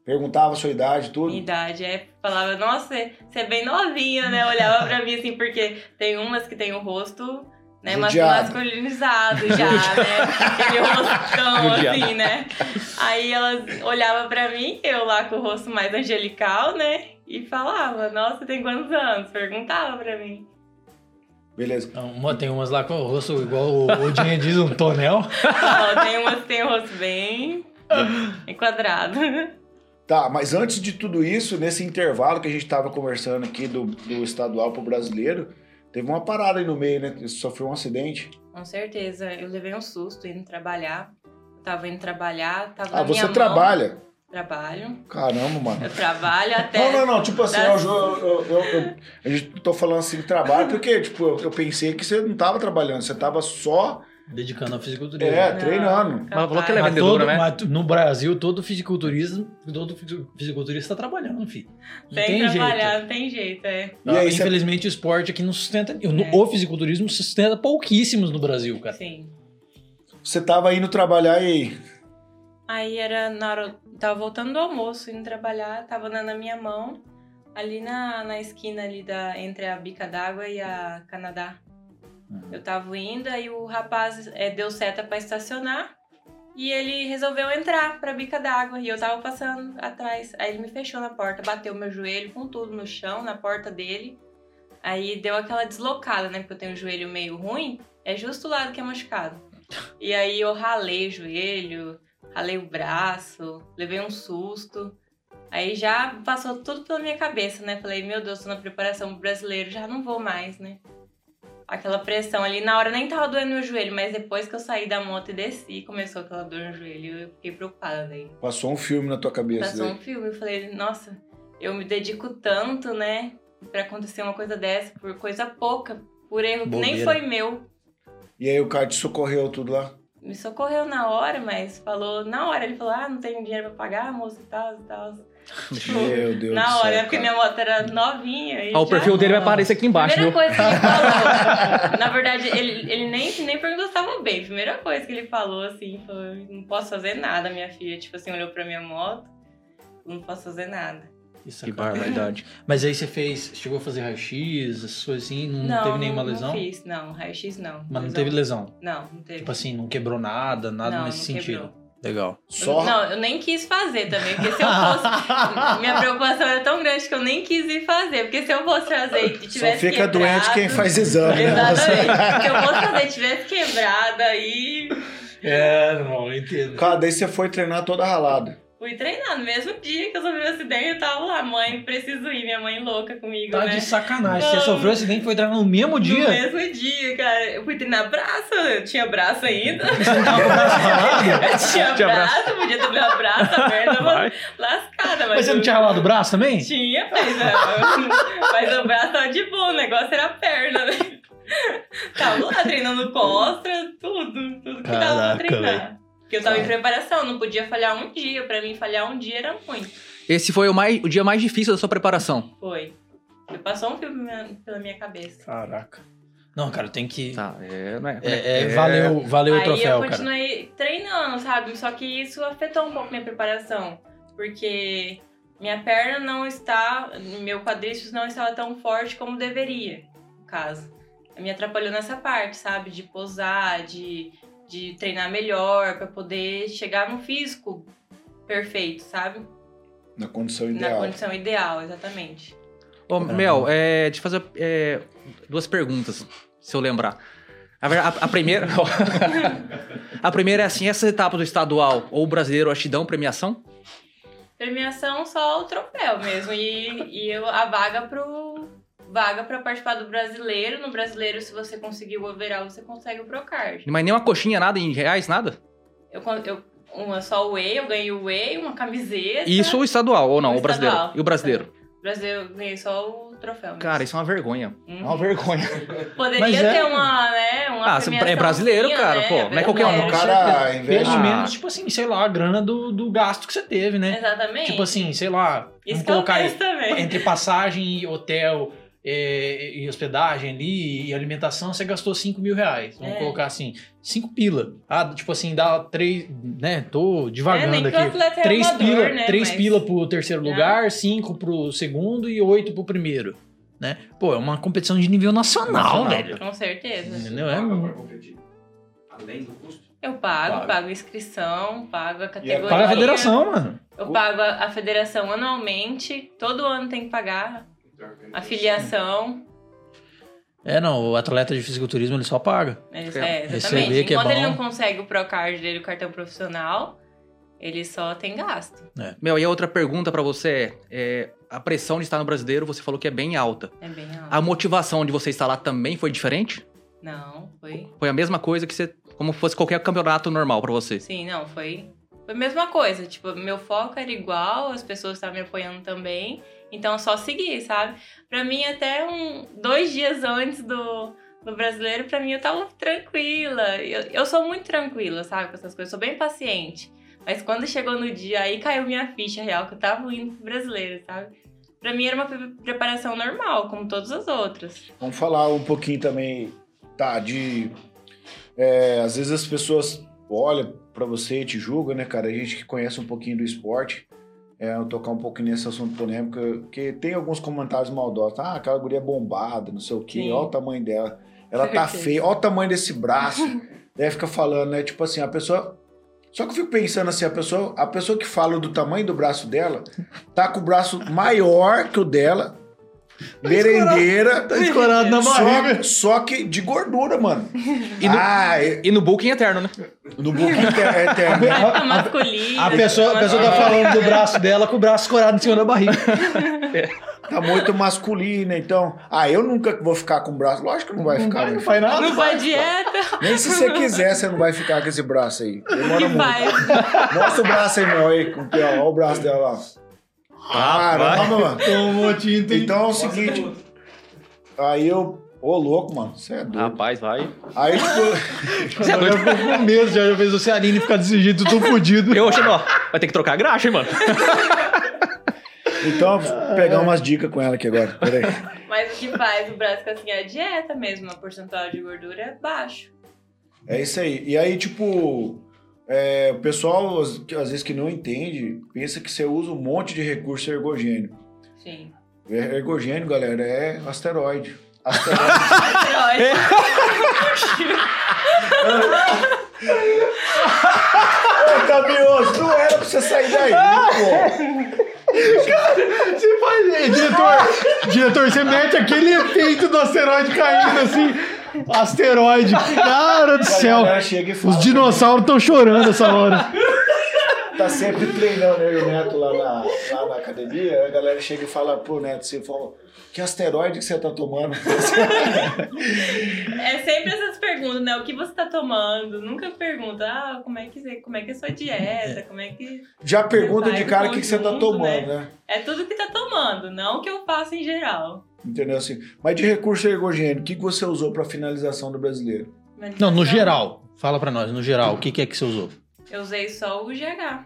S3: Perguntava a sua idade, tudo?
S1: Minha idade, é, falava, nossa, você você é bem novinha, né? Olhava pra mim assim, porque tem umas que tem o rosto, né, mas-
S3: Judiado.
S1: masculinizado já, né? Aquele rostão
S4: Judiado.
S1: assim, né? Aí elas olhavam pra mim, eu lá com o rosto mais angelical, né? E falava, nossa, tem quantos anos? Perguntava pra mim.
S3: Beleza.
S2: Ah, uma- Tem umas lá com o rosto igual o, o Dinho diz, um tonel.
S1: Ó, tem umas que tem o rosto bem enquadrado.
S3: Tá, mas antes de tudo isso, nesse intervalo que a gente tava conversando aqui do, do estadual pro brasileiro, teve uma parada aí no meio, né? Você sofreu um acidente.
S1: Com certeza, eu levei um susto indo trabalhar. Eu tava indo trabalhar, tava
S3: Ah,
S1: na minha
S3: você
S1: mão.
S3: trabalha.
S1: Trabalho.
S3: Caramba, mano.
S1: Eu trabalho até...
S3: Não, não, não, tipo assim,
S1: das-
S3: eu, eu, eu, eu- a gente tô falando assim, trabalho, porque, tipo, eu, eu pensei que você não tava trabalhando, você tava só
S2: dedicando ao fisiculturismo.
S3: É,
S1: Não,
S3: treinando.
S4: Mas falou que ela é
S1: capaz.
S2: Mas, todo,
S4: vendedora, né?
S2: mas no Brasil, todo fisiculturismo, todo fisi- fisiculturista tá trabalhando, filho. Não tem,
S1: Tem que trabalhar,
S2: jeito.
S1: não tem jeito, é.
S3: E aí, você-
S2: Infelizmente, o esporte aqui não sustenta. o-
S1: É.
S2: O fisiculturismo sustenta pouquíssimos no Brasil, cara.
S1: Sim.
S3: Você tava indo trabalhar e.
S1: Aí era na hora. Tava voltando do almoço, indo trabalhar, tava na, na minha mão, ali na, na esquina ali da, entre a Bica d'Água e a Canadá. Eu tava indo, aí o rapaz eh, deu seta pra estacionar e ele resolveu entrar pra Bica d'Água e eu tava passando atrás. Aí ele me fechou na porta, bateu meu joelho com tudo no chão, na porta dele. Aí deu aquela deslocada, né? Porque eu tenho o joelho meio ruim, é justo o lado que é machucado. E aí eu ralei o joelho, ralei o braço, levei um susto. Aí já passou tudo pela minha cabeça, né? Falei, meu Deus, tô na preparação pro brasileiro, já não vou mais, né? Aquela pressão ali, na hora nem tava doendo meu joelho, mas depois que eu saí da moto e desci, começou aquela dor no joelho, eu fiquei preocupada daí.
S3: Passou um filme na tua cabeça.
S1: Passou
S3: daí.
S1: um filme, eu falei, nossa, eu me dedico tanto, né? Pra acontecer uma coisa dessa, por coisa pouca, por erro que nem
S2: Bobeira.
S1: foi meu.
S3: E aí o cara te socorreu tudo lá.
S1: me socorreu na hora, mas falou na hora. Ele falou: Ah, não tem dinheiro pra pagar, moça e tal, e tal. Tipo,
S3: Meu Deus. do
S1: na
S3: céu,
S1: hora, porque
S3: cara.
S1: minha moto era novinha. e
S2: Ah,
S4: Ó, Ah, o
S1: já-
S4: perfil dele vai aparecer aqui embaixo,
S1: Primeira
S4: viu?
S1: coisa que ele falou, na verdade, ele, ele nem, nem perguntou se tava bem. Primeira coisa que ele falou, assim, foi: Não posso fazer nada, minha filha. Tipo assim, olhou pra minha moto, não posso fazer nada.
S2: Isso, é
S4: Que
S2: cara.
S4: barbaridade.
S2: Mas aí você fez, chegou a fazer raio-x, essas coisas assim, não,
S1: não,
S2: teve nenhuma
S1: não
S2: lesão?
S1: fiz, não. Raio-X não.
S2: Mas não
S1: Lesão-
S2: teve lesão.
S1: Não, não teve.
S2: Tipo assim, não quebrou nada, nada
S1: não,
S2: nesse
S1: não
S2: sentido.
S1: quebrou.
S4: Legal.
S3: Só.
S1: Não, eu nem quis fazer também, porque se eu fosse Minha preocupação era tão grande que eu nem quis ir fazer, porque se eu fosse fazer e tivesse
S3: Só fica
S1: quebrado,
S3: doente quem faz exame. né?
S1: Exatamente. Se eu fosse fazer e tivesse quebrado, aí
S2: É, não, eu entendo.
S3: Cara, daí você foi treinar toda ralada.
S1: fui treinar. No mesmo dia que eu sofri o acidente, eu tava lá, mãe, preciso ir, minha mãe louca comigo,
S2: Tá
S1: né?
S2: de sacanagem. Você
S1: Não.
S2: sofreu um acidente e foi treinar no mesmo
S1: No
S2: dia?
S1: mesmo dia, cara. Eu fui treinar braço, eu tinha braço ainda.
S2: Você não tava com o braço ralado?
S1: Eu tinha
S4: Tinha braço.
S1: braço, podia ter meu braço aberto, mas lascada. Mas,
S2: Mas você não
S1: eu-
S2: tinha ralado o braço também?
S1: Tinha, mas, ah, mas o braço tava de boa, o negócio era a perna, né? Tava lá treinando costra, tudo, tudo que dava pra
S2: Caraca,
S1: treinar. Porque eu tava em
S3: É.
S1: preparação, não podia falhar um dia. Pra mim, falhar um dia era muito.
S4: Esse foi o, mais, o dia mais difícil da sua preparação.
S1: Foi. Eu passou um filme na- pela minha cabeça.
S2: Caraca. Não, cara, tem que.
S4: Tá, é, né?
S2: É, é, Valeu, valeu
S1: Aí
S2: o troféu,
S1: eu
S2: cara.
S1: continuei treinando, sabe? Só que isso afetou um pouco minha preparação. Porque minha perna não está. Meu quadríceps não estava tão forte como deveria, no caso. Me atrapalhou nessa parte, sabe? De posar, de, de treinar melhor, pra poder chegar no físico perfeito, sabe?
S3: Na condição
S1: Na
S3: ideal.
S1: condição ideal, exatamente.
S4: Ô, Mel, é, te fazer é, duas perguntas, se eu lembrar. A, ver- a- a primeira. a primeira é assim: essas etapas do estadual ou brasileiro, elas te dão premiação?
S1: Premiação só o troféu mesmo. E, e eu- a vaga pro. Vaga pra participar do brasileiro. No brasileiro, se você conseguir o overall, você consegue o Procard.
S4: Mas nem uma coxinha, nada em reais, nada?
S1: Eu, con- eu, uma só o E, eu ganhei o E, uma camiseta.
S4: Isso o estadual ou não?
S1: O
S4: O brasileiro.
S1: estadual.
S4: E o brasileiro?
S1: O Brasil eu ganhei só o troféu. mesmo.
S4: Cara, isso é uma vergonha.
S1: Uhum.
S4: É uma vergonha.
S1: Poderia
S2: Mas
S1: ter
S2: é-
S1: uma, né? Uma
S4: Ah, se- é
S1: premiaçãozinha, né?
S4: brasileiro, cara, pô, não é qualquer um.
S3: O
S1: É.
S3: cara investe.
S2: Pelo
S4: Ah.
S2: menos, tipo assim, sei lá, a grana do, do gasto que você teve, né?
S1: Exatamente.
S2: Tipo assim, sei lá,
S1: Isso que é
S2: vamos
S1: eu
S2: colocar aí,
S1: penso também.
S2: entre passagem e hotel é, e hospedagem ali e alimentação, você gastou 5 mil reais. Vamos
S1: É.
S2: colocar assim, 5 pila. Ah, tipo assim, dá 3, né? Tô
S1: É, nem
S2: devagando
S1: que o
S2: aqui.
S1: atleta é
S2: 3
S1: amador,
S2: pila,
S1: né,
S2: três
S1: mas-
S2: pila pro terceiro
S1: Né?
S2: lugar, 5 pro segundo e 8 pro primeiro, né? Pô, é uma competição de nível nacional,
S4: Nacional.
S2: velho.
S1: Com certeza.
S2: Entendeu? É
S5: Paga pra
S2: um-
S5: competir. Além do custo?
S1: Eu pago,
S2: Paga.
S1: pago a inscrição, pago a categoria.
S2: é Paga a federação, mano.
S1: Eu pago a a federação anualmente, todo ano tem que pagar a filiação.
S2: É, não, o atleta de fisiculturismo ele só paga.
S1: É,
S4: É,
S1: exatamente.
S2: você vê que é
S1: Enquanto ele
S2: bom.
S1: não consegue o Procard dele, o cartão profissional, ele só tem gasto.
S4: Mel, e a outra pergunta pra você é, é: a pressão de estar no brasileiro, você falou que é bem alta.
S1: É bem alto.
S4: A motivação de você estar lá também foi diferente?
S1: Não, foi.
S4: Foi a mesma coisa que você. Como fosse qualquer campeonato normal pra você.
S1: Sim, não, foi. Foi a mesma coisa. Tipo, meu foco era igual, as pessoas estavam me apoiando também. Então eu só segui, sabe? Pra mim, até um, dois dias antes do, No brasileiro, pra mim, eu tava tranquila. Eu, eu sou muito tranquila, sabe, com essas coisas. Eu sou bem paciente. Mas quando chegou no dia, aí caiu minha ficha real que eu tava indo pro brasileiro, sabe? Pra mim era uma pre- preparação normal, como todas as outras.
S3: Vamos falar um pouquinho também, tá, de... é, às vezes as pessoas olham pra você e te julgam, né, cara? A gente que conhece um pouquinho do esporte, é, eu tocar um pouquinho nesse assunto polêmico, porque tem alguns comentários maldosos. Ah, aquela guria bombada, não sei o quê,
S1: Sim.
S3: olha o tamanho dela. Ela tá
S1: Certeza.
S3: feia, olha o tamanho desse braço. Daí fica falando, né, tipo assim, a pessoa... Só que eu fico pensando assim, a pessoa, a pessoa que fala do tamanho do braço dela, tá com o braço maior que o dela,
S1: Tá
S3: merendeira,
S4: Tá escorado na
S3: só, só que de gordura, mano.
S4: E no-
S3: Ah, é-
S4: E no booking eterno, né?
S3: no booking é eterno.
S1: Aí tá masculino.
S2: A pessoa, a pessoa tá falando do braço dela com o braço escorado em cima da barriga.
S3: Tá muito masculina, então. Ah, eu nunca vou ficar com o braço. Lógico que não vai ficar, velho.
S2: faz nada.
S1: Não faz dieta,
S3: Nem se você quiser, você não vai ficar com esse braço aí. Demora
S1: que
S3: muito.
S1: faz.
S3: Mostra o braço aí, meu. Aí, com o pé, ó. Olha o braço dela lá. Caramba, mano.
S2: Tomou tinta, hein?
S3: Então é o seguinte. Aí eu. Ô, louco, mano. Você é doido.
S4: Rapaz, vai.
S3: Aí, tipo.
S4: Você é doido.
S2: Eu fico com medo, já já fez o Cealine ficar desse jeito, tô fudido.
S4: Eu achando, ó, vai ter que trocar a graxa, hein, mano?
S3: Então, vou pegar umas dicas com ela aqui agora. Peraí.
S1: Mas o que faz o braço assim é a dieta mesmo. A porcentagem de gordura é baixo.
S3: É isso aí. E aí, tipo, é, o pessoal, às às vezes que não entende, pensa que você usa um monte de recurso ergogênico.
S1: Sim.
S3: É, Ergogênio, galera, é asteroide. Asteroide.
S1: Esteroide.
S3: Ô, Caminhoso, não era pra você sair daí, pô.
S2: Você faz, é, diretor, diretor, você mete aquele efeito do asteroide caindo assim. Asteroide, cara do
S3: A
S2: céu.
S3: galera chega e fala,
S2: Os dinossauros estão chorando essa hora.
S3: Tá sempre treinando, né? E o Neto lá na, lá na academia, a galera chega e fala, pô, Neto, você falou, que asteroide que você tá tomando?
S1: É sempre essas perguntas, né? O que você tá tomando? Nunca pergunta, ah, como é que, você- como é, que é a sua dieta? Como é que.
S3: Já pergunta de cara o que, que você tá
S1: Conjunto,
S3: tomando, né?
S1: É tudo que tá tomando, não o que eu faço em geral.
S3: Entendeu assim? Mas de recurso ergogênico, o que que você usou pra finalização do brasileiro?
S1: Mas- então,
S2: Não, no geral. Fala pra nós, no geral, o que, que é que você usou?
S1: Eu usei só o GH.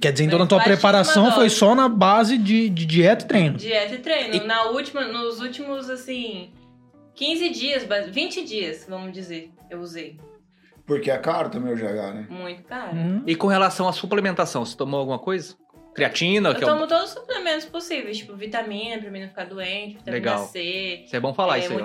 S2: Quer dizer, então na tua
S1: Baixíssima
S2: preparação
S1: dose.
S2: foi só na base de, de dieta e treino.
S1: Dieta e treino. Na última, nos últimos, assim, 15 dias, ba- 20 dias, vamos dizer, eu usei.
S3: Porque é caro também o GH, né?
S1: Muito caro.
S2: Hum.
S4: E com relação à suplementação, você tomou alguma coisa? Creatina,
S1: Eu
S4: que é um...
S1: tomo todos os suplementos possíveis, tipo vitamina, pra mim não ficar doente, vitamina
S4: Legal.
S1: C,
S4: Isso é bom falar
S1: é,
S4: isso aí. ó.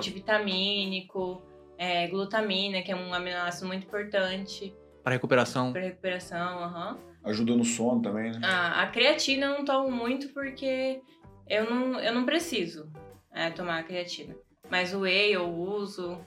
S1: multivitamínico, é, glutamina, que é um aminoácido muito importante
S4: Pra recuperação.
S1: pra recuperação,
S2: Uhum.
S1: aham.
S3: Ajuda no sono também, né?
S1: A, a creatina eu não tomo muito porque eu não, eu não preciso é, tomar a creatina. Mas o whey eu uso.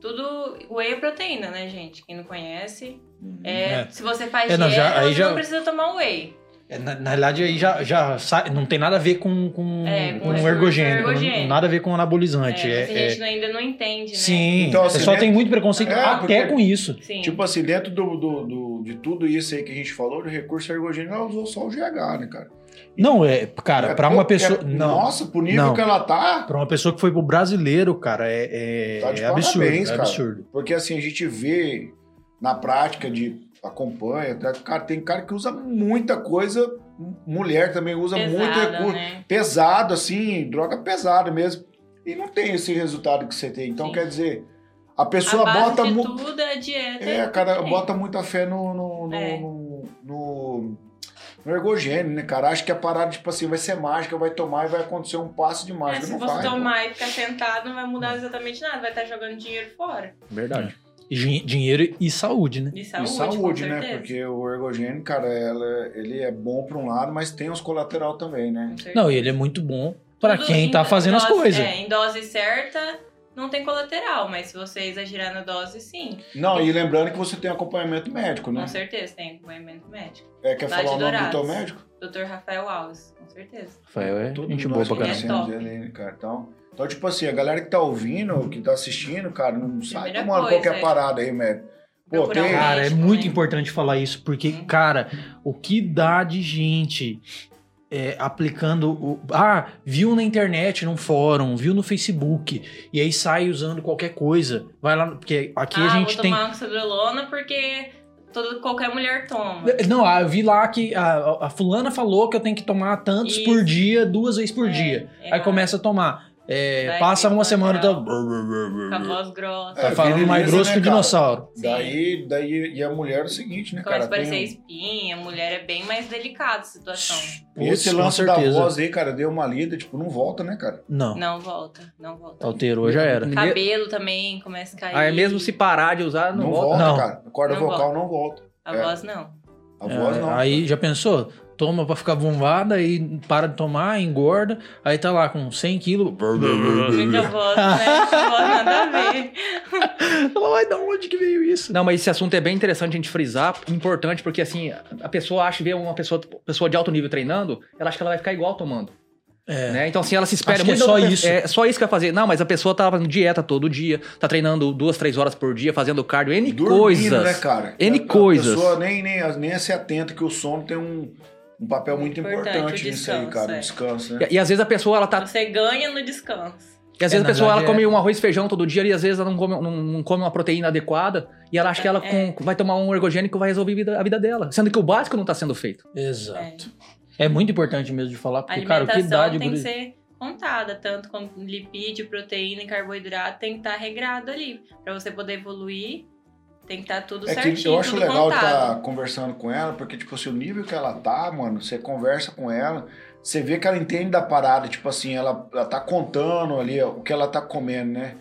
S1: Tudo. O whey é proteína, né, gente? Quem não conhece.
S3: Uhum.
S1: É,
S2: É.
S1: Se você faz
S2: É, não,
S1: dieta,
S2: já- aí
S1: você
S2: já-
S1: não precisa tomar o whey.
S2: É, Na, na realidade, aí já, já sai- não tem nada a ver com, com,
S1: É, com
S2: com
S1: esse
S2: ergogênico,
S1: ergogênico.
S2: nada a ver com
S1: É,
S2: anabolizante.
S1: mas
S2: É,
S1: a
S2: é-
S1: gente ainda não entende, né?
S2: Sim,
S3: Então,
S2: o
S3: assim,
S2: pessoal
S3: né?
S2: tem muito preconceito
S3: É,
S2: até
S3: porque-
S2: com isso.
S1: Sim.
S3: Tipo assim, dentro do, do, do- de tudo isso aí que a gente falou, de recurso ergogênico, ela usou só o GH, né, cara?
S2: Não, é, cara,
S3: É
S2: pra uma
S3: pouco,
S2: pessoa.
S3: é-
S2: não.
S3: Nossa, pro nível
S2: Não.
S3: que ela tá.
S2: Pra uma pessoa que foi pro brasileiro, cara, é, é-
S3: Tá de
S2: é absurdo.
S3: parabéns,
S2: é
S3: cara.
S2: absurdo.
S3: Porque assim, a gente vê na prática de acompanha, tá? cara, tem cara que usa muita coisa, mulher também usa muito
S1: pesada,
S3: recurso.
S1: né?
S3: pesado, assim, droga pesada mesmo. E não tem esse resultado que você tem. Então,
S1: Sim.
S3: quer dizer, a
S1: A
S3: pessoa
S1: base
S3: bota.
S1: de
S3: mu-
S1: tudo é a dieta.
S3: É, cara,
S1: Sim.
S3: bota muita fé no. no, no,
S1: É.
S3: no- no- no ergogênio, né, cara? Acha que a parada, tipo assim, vai ser mágica, vai tomar e vai acontecer um passo de
S1: É,
S3: mágica.
S1: se
S3: não
S1: você
S3: vai.
S1: tomar e ficar sentado, não vai mudar exatamente nada. Vai estar jogando dinheiro fora.
S4: Verdade.
S2: E din- dinheiro e saúde, né?
S1: De
S3: pô.
S1: saúde,
S3: E
S1: com
S3: saúde, né?
S1: certeza.
S3: Porque o ergogênio, cara, ela- ele é bom pra um lado, mas tem os colateral também, né?
S1: Com certeza.
S2: Não, e ele é muito bom pra
S1: Tudo
S2: quem
S1: em-
S2: tá fazendo as
S1: dose-
S2: coisas.
S1: É, em dose certa não tem colateral, mas se você exagerar na dose, sim.
S3: Não, e lembrando que você tem acompanhamento médico, né?
S1: Com certeza tem acompanhamento médico.
S3: É, quer
S1: Lá
S3: falar
S1: de
S3: o nome do
S1: Dourados.
S3: teu médico?
S1: Dr. Rafael Alves, com certeza.
S4: Rafael é
S3: Todo
S4: gente
S3: mundo
S4: boa
S3: nós
S4: pra caramba.
S1: É.
S3: conhecemos
S1: top.
S3: ele, né, cara? Então, então, tipo assim, a galera que tá ouvindo, que tá assistindo, cara, não sai
S1: Primeira
S3: tomando
S1: coisa,
S3: qualquer
S1: é.
S3: parada aí, médico. Pô,
S1: Procurar um
S3: tem-
S2: Cara, é
S1: médico,
S2: muito
S1: né?
S2: importante falar isso, porque,
S1: Uhum.
S2: cara, o que dá de gente é, aplicando o. Ah, viu na internet, num fórum, viu no Facebook, e aí sai usando qualquer coisa. Vai lá, porque aqui
S1: ah,
S2: a gente
S1: vou
S2: tem.
S1: tomar oxandrolona porque todo, qualquer mulher toma.
S2: Não, ah, eu vi lá que a, a fulana falou que eu tenho que tomar tantos
S1: Isso.
S2: por dia, duas vezes por
S1: É,
S2: dia.
S1: é,
S2: Aí começa a tomar. É,
S1: Daí
S2: passa
S1: tem
S2: uma
S1: que
S2: semana
S1: parar.
S2: tá,
S1: Com a voz grossa.
S2: tá
S3: É,
S2: falando mais
S3: viriliza,
S2: grosso
S3: né,
S2: que o
S3: cara?
S2: dinossauro.
S1: Sim.
S3: Daí, daí, e a mulher é o seguinte, né,
S1: Começa
S3: cara?
S1: a parecer
S3: Tem-
S1: espinha, mulher é bem mais delicada a situação.
S2: Putz,
S3: um Esse
S2: com
S3: lance da
S2: certeza.
S3: voz aí, cara, deu uma lida, tipo, não volta, né, cara?
S2: Não,
S1: Não volta, não volta.
S2: alterou, já era.
S4: Ninguém-
S1: Cabelo também começa a cair.
S4: Aí mesmo se parar de usar, não,
S3: Não,
S4: volta.
S3: volta,
S2: Não.
S3: cara. A corda
S1: Não
S3: vocal
S1: volta.
S3: não volta.
S1: A
S3: É.
S1: voz não.
S3: A né? voz
S2: É,
S3: não.
S2: Aí já pensou? Toma pra ficar bombada e para de tomar, engorda. Aí tá lá com 100 quilos.
S1: Muita voz, né? A voz nada a ver.
S2: Ai, da onde que veio isso?
S4: Não, mas esse assunto é bem interessante a gente frisar, importante, porque assim, a pessoa acha, vê uma pessoa, pessoa de alto nível treinando, ela acha que ela vai ficar igual tomando.
S2: É.
S4: né? Então, assim, ela se espera
S2: Acho que é
S4: muito.
S2: só
S4: da outra pe-
S2: isso.
S4: É só isso que vai fazer. Não, mas a pessoa tá fazendo dieta todo dia, tá treinando duas, três horas por dia, fazendo cardio, N
S3: Dormindo,
S4: coisas.
S3: né, cara?
S4: N
S3: A-
S4: coisas.
S3: A pessoa nem, nem, nem se atenta que o sono tem um, um papel muito
S1: Importante,
S3: importante,
S1: o
S3: nisso aí,
S1: descanso,
S3: cara.
S1: é.
S3: O descanso, né?
S4: E, e às vezes a pessoa, ela tá.
S1: Você ganha no descanso.
S4: E às
S2: É,
S4: vezes
S2: na
S4: a pessoa, ela
S2: verdade,
S4: come
S2: é.
S4: um arroz e feijão todo dia e às vezes ela não come, não, não come uma proteína adequada e ela acha que ela
S1: É.
S4: com- vai tomar um ergogênico e vai resolver a vida, a vida dela. Sendo que o básico não tá sendo feito.
S2: Exato. É. muito importante mesmo de falar,
S1: A
S2: porque, cara,
S1: alimentação
S2: o que idade.
S1: tem que
S2: guri-
S1: ser contada, tanto com lipídio, proteína e carboidrato, tem que estar regrado ali. Pra você poder evoluir, tem que estar tudo
S3: É
S1: certinho,
S3: que eu acho
S1: tudo
S3: legal
S1: contado.
S3: estar conversando com ela, porque, tipo assim, o nível que ela tá, mano, você conversa com ela, você vê que ela entende da parada, tipo assim, ela, ela tá contando ali ó, o que ela tá comendo, né?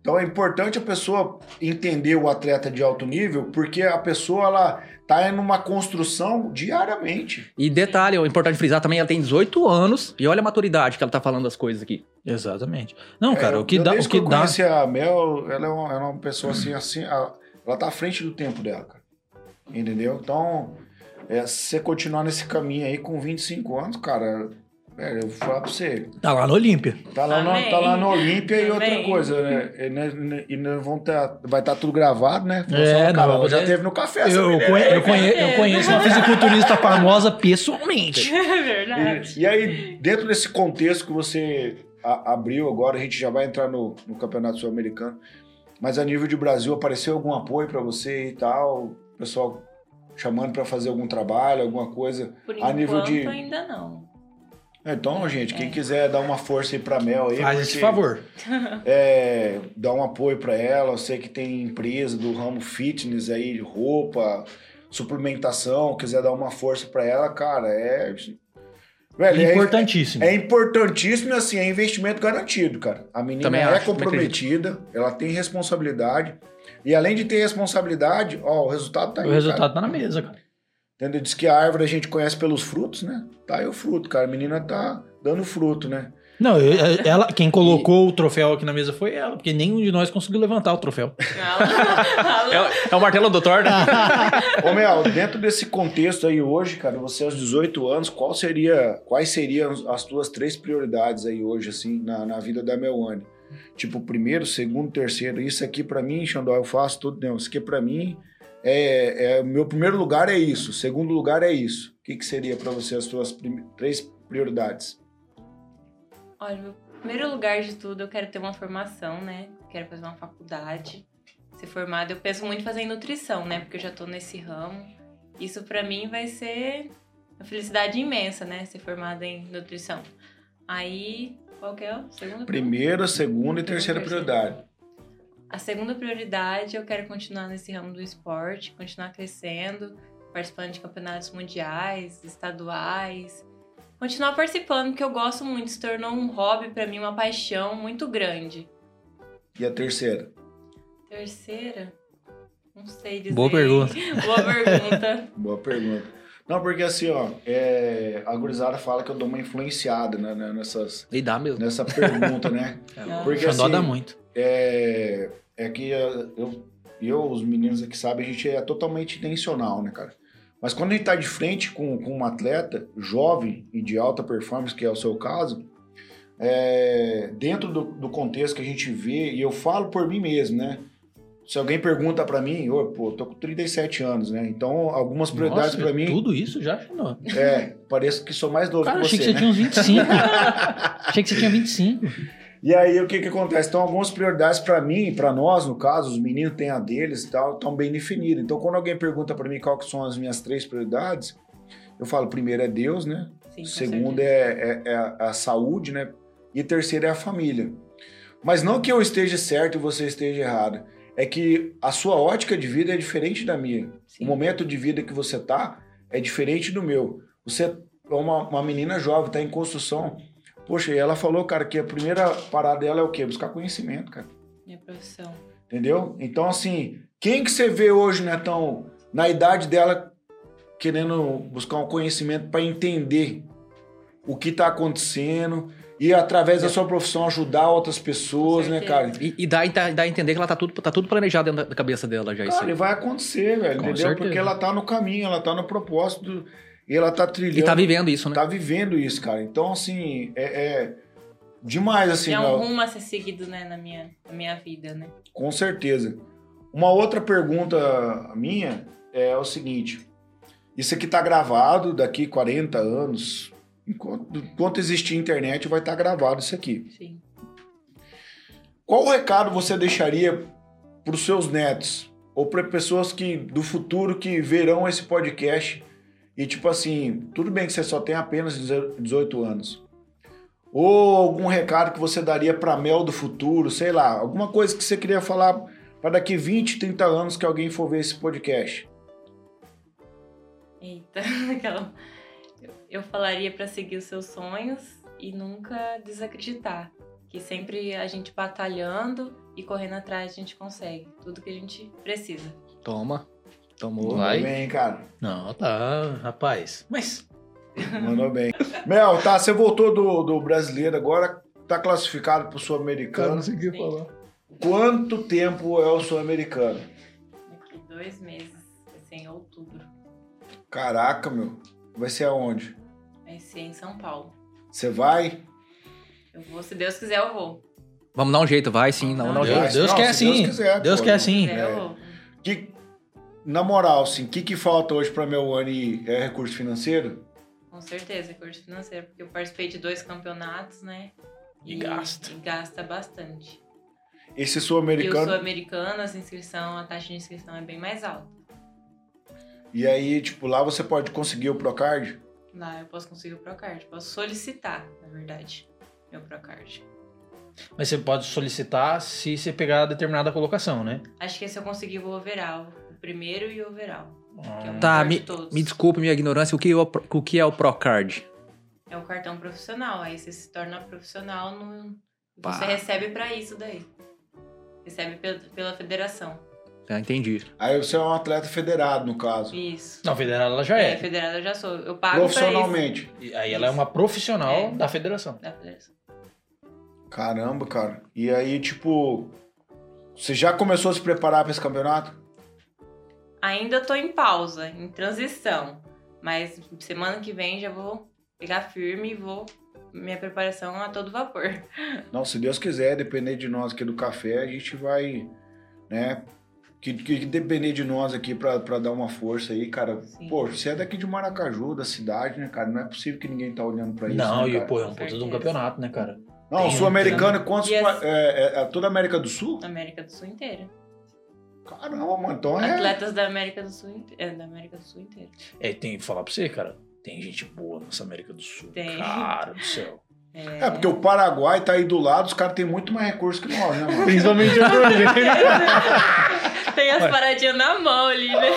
S3: Então é importante a pessoa entender o atleta de alto nível, porque a pessoa, ela tá em uma construção diariamente.
S4: E detalhe, é importante frisar também, ela tem 18 anos e olha a maturidade que ela tá falando das coisas aqui.
S2: Exatamente. Não,
S3: É,
S2: cara, o que
S3: eu-
S2: dá. O
S3: Desde
S2: que
S3: eu
S2: dá...
S3: conheci a Mel, ela é uma, ela é uma pessoa assim, assim, a- ela tá à frente do tempo dela, cara. Entendeu? Então, é, se você continuar nesse caminho aí com 25 anos, cara, velho, eu vou falar pra você.
S2: Tá lá no Olímpia.
S3: Tá lá, no,
S1: Amém.
S3: tá lá no Olímpia e outra
S1: Amém.
S3: coisa, né? E, né, e nós vamos tá- vai estar tudo gravado, né? Vamos
S2: É,
S3: falar,
S2: não,
S3: cara,
S2: vai
S3: ela já
S2: poder-
S3: teve no café, essa é
S2: Eu,
S3: menina.
S2: conhe- eu, conhe- eu conheço uma fisiculturista famosa pessoalmente.
S1: É verdade.
S3: E, e aí, dentro desse contexto que você a- abriu agora, a gente já vai entrar no, no Campeonato Sul-Americano, mas a nível de Brasil, apareceu algum apoio pra você e tal? O pessoal chamando pra fazer algum trabalho, alguma coisa?
S1: Por
S3: a
S1: enquanto,
S3: nível de-
S1: ainda não.
S3: Então, gente, quem quiser dar uma força aí pra Mel aí,
S2: Faz
S3: porque,
S2: esse favor.
S3: É, dar um apoio pra ela, eu sei que tem empresa do ramo fitness aí, de roupa, suplementação, quiser dar uma força pra ela, cara, é... Velho, é-
S2: Importantíssimo.
S3: É importantíssimo e assim, é investimento garantido, cara. A menina
S4: Também
S3: é
S4: acho, também
S3: comprometida, ela tem responsabilidade. E além de ter responsabilidade, ó, o resultado tá aí.
S2: o resultado
S3: cara.
S2: tá na mesa, cara.
S3: Entendeu? Diz que a árvore a gente conhece pelos frutos, né? Tá aí o fruto, cara. A menina tá dando fruto, né?
S2: Não, eu- eu- ela, quem colocou o troféu aqui na mesa foi ela, porque nenhum de nós conseguiu levantar o troféu.
S1: Alô,
S4: É,
S1: alô.
S4: o- é o martelo do Thor, né?
S2: Ah.
S3: Ô, Mel, dentro desse contexto aí hoje, cara, você aos 18 anos, qual seria, quais seriam as tuas três prioridades aí hoje, assim, na, na vida da Melane? Tipo, primeiro, segundo, terceiro. Isso aqui pra mim, Xandó, eu faço tudo. Não, isso aqui pra mim é, é- Meu primeiro lugar é isso. Segundo lugar é isso. O que, que seria pra você as tuas prim- três prioridades?
S1: Olha, meu primeiro lugar de tudo, eu quero ter uma formação, né? Quero fazer uma faculdade, ser formada. Eu penso muito em fazer em nutrição, né? Porque eu já tô nesse ramo. Isso pra mim vai ser uma felicidade imensa, né? Ser formada em nutrição. Aí, qual que é o segundo?
S3: Primeira, segunda e terceira
S1: Terceira.
S3: prioridade.
S1: A segunda prioridade, eu quero continuar nesse ramo do esporte, continuar crescendo, participando de campeonatos mundiais, estaduais, continuar participando, porque eu gosto muito, se tornou um hobby pra mim, uma paixão muito grande.
S3: E a terceira?
S1: Terceira? Não sei dizer.
S2: Boa pergunta.
S1: Boa pergunta.
S3: Boa pergunta. Não, porque assim, ó, é, a gurizada fala que eu dou uma influenciada né, né, nessas,
S4: E dá mesmo.
S3: nessa pergunta, né?
S1: Ah,
S3: Porque
S2: Xandó
S3: assim,
S2: dá muito.
S3: é, é que eh, eu, eu, os meninos aqui sabem, a gente é totalmente intencional, né, cara? Mas quando a gente tá de frente com, com um atleta jovem e de alta performance, que é o seu caso, é, dentro do, do contexto que a gente vê, e eu falo por mim mesmo, né? Se alguém pergunta pra mim, ô, pô, tô com 37 anos, né? Então, algumas prioridades
S2: Nossa, é
S3: pra mim.
S2: Tudo isso já, Xandão?
S3: É, parece que sou mais novo
S2: Cara,
S3: que
S2: achei que você
S3: você, né?
S2: tinha uns 25. achei que você tinha 25.
S3: E aí, o que que acontece? Então, algumas prioridades pra mim, pra nós, no caso, os meninos têm a deles e tal, estão bem definidas. Então, quando alguém pergunta pra mim qual que são as minhas três prioridades, eu falo, primeiro é Deus, né?
S1: Sim, com
S3: Segundo
S1: certeza.
S3: é, é- é a- a saúde, né? E terceiro é a família. Mas não que eu esteja certo e você esteja errado. É que a sua ótica de vida é diferente da minha.
S1: Sim.
S3: O momento de vida que você tá é diferente do meu. Você é uma, uma menina jovem, tá em construção. Poxa, e ela falou, cara, que a primeira parada dela é o quê? Buscar conhecimento, cara.
S1: Minha profissão.
S3: Entendeu? Então, assim, quem que você vê hoje, Netão, na idade dela, querendo buscar um conhecimento para entender o que tá acontecendo e, através da sua profissão, ajudar outras pessoas,
S1: Com
S3: né,
S1: certeza.
S3: cara?
S4: E, e dá, dá a entender que ela tá tudo, tá tudo planejado dentro da cabeça dela já. isso
S3: Cara,
S4: aí.
S3: e vai acontecer, velho,
S2: Com
S3: entendeu?
S2: certeza.
S3: Porque ela tá no caminho, ela tá no propósito e ela tá trilhando.
S4: E tá vivendo isso, né?
S3: tá vivendo isso, cara. Então, assim, é, é demais, assim,
S1: E é um
S3: ó.
S1: rumo a ser seguido, né, na minha, na minha vida, né?
S3: Com certeza. Uma outra pergunta minha é o seguinte: isso aqui tá gravado daqui 40 anos. Enquanto, enquanto existir internet, vai estar gravado isso aqui.
S1: Sim.
S3: Qual o recado você deixaria para os seus netos ou para pessoas que do futuro que verão esse podcast e tipo assim, tudo bem que você só tem apenas 18 anos. Ou algum recado que você daria para Mel do futuro, sei lá, alguma coisa que você queria falar para daqui 20, 30 anos que alguém for ver esse podcast.
S1: Eita, aquela. Eu, eu falaria pra seguir os seus sonhos e nunca desacreditar. Que sempre a gente batalhando e correndo atrás a gente consegue tudo que a gente precisa.
S4: Toma. Tomou.
S2: Vai.
S3: Mandou bem, cara.
S2: Não, tá, rapaz. Mas
S3: Mandou bem. Mel, tá, você voltou do, do brasileiro agora, tá classificado pro sul-americano.
S2: conseguiu
S1: falar.
S3: Quanto tempo é o sul-americano?
S1: Daqui dois meses, vai ser em outubro,
S3: Caraca, meu. Vai ser aonde?
S1: vai ser em São Paulo.
S3: Você vai?
S1: Eu vou, se Deus quiser, eu vou.
S4: Vamos dar um jeito, vai sim, não, dá um
S1: Vai.
S4: jeito.
S2: Deus, Deus
S3: Não,
S2: quer
S3: se Deus
S2: sim. Deus,
S3: quiser, pô,
S2: quer
S3: não.
S1: Se
S2: sim.
S1: quiser,
S3: é.
S1: eu vou.
S3: Que, na moral, assim, o que, que falta hoje pra meu ano e é recurso financeiro?
S1: Com certeza, curso financeiro, porque eu participei de dois campeonatos, né?
S2: E gasta.
S1: E gasta bastante. E
S3: Esse
S1: eu sou
S3: sul-americano.
S1: americana, as inscrição, a taxa de inscrição é bem mais alta.
S3: E aí, tipo, lá você pode conseguir o Procard?
S1: Lá eu posso conseguir o Procard, posso solicitar, na verdade, meu Procard.
S2: Mas você pode solicitar se você pegar determinada colocação, né?
S1: Acho que esse eu consegui o overall, o primeiro e o overall. Que é o
S4: Tá,
S1: melhor de todos.
S4: Me desculpe minha ignorância, o que, é o Pro- o que é o Procard?
S1: É o cartão profissional, aí você se torna profissional, no...
S4: Pá.
S1: você recebe pra isso daí. Recebe pela, pela federação.
S4: Tá, entendi.
S3: Aí você é um atleta federado, no caso.
S1: Isso.
S2: Não, federal ela já
S1: É,
S2: é.
S1: federada eu já sou. Eu pago pra isso.
S3: Profissionalmente.
S2: E Aí ela é uma profissional
S1: É.
S2: da federação.
S1: Da federação.
S3: Caramba, cara. E aí, tipo, você já começou a se preparar pra esse campeonato?
S1: Ainda tô em pausa, em transição. Mas semana que vem já vou pegar firme e vou. Minha preparação a todo vapor.
S3: Não, se Deus quiser, depender de nós aqui do café, a gente vai, né? Que, que depender de nós aqui pra, pra dar uma força aí, cara.
S1: Sim.
S3: Pô, você é daqui de Maracaju, da cidade, né, cara? Não é possível que ninguém tá olhando pra isso.
S2: Não,
S3: né,
S2: e
S3: cara?
S2: pô, é um
S1: Com
S2: puta de um
S1: certeza.
S2: campeonato, né, cara?
S3: Não,
S2: tem um-
S3: sul-americano, quantos.
S1: Yes.
S3: pa- É, é- é toda a América do Sul?
S1: Da América do Sul inteira.
S3: Caramba, mano, então é.
S1: Atletas da América do Sul inte- é, da América do Sul inteira.
S2: É, tem que falar pra você, cara. Tem gente boa nessa América do Sul.
S1: Tem.
S2: Cara do céu.
S3: É, porque o Paraguai tá aí do lado, os caras têm muito mais recursos que nós, né, mano?
S2: Principalmente a
S1: Tem as
S2: Ué.
S1: paradinhas na mão ali, né?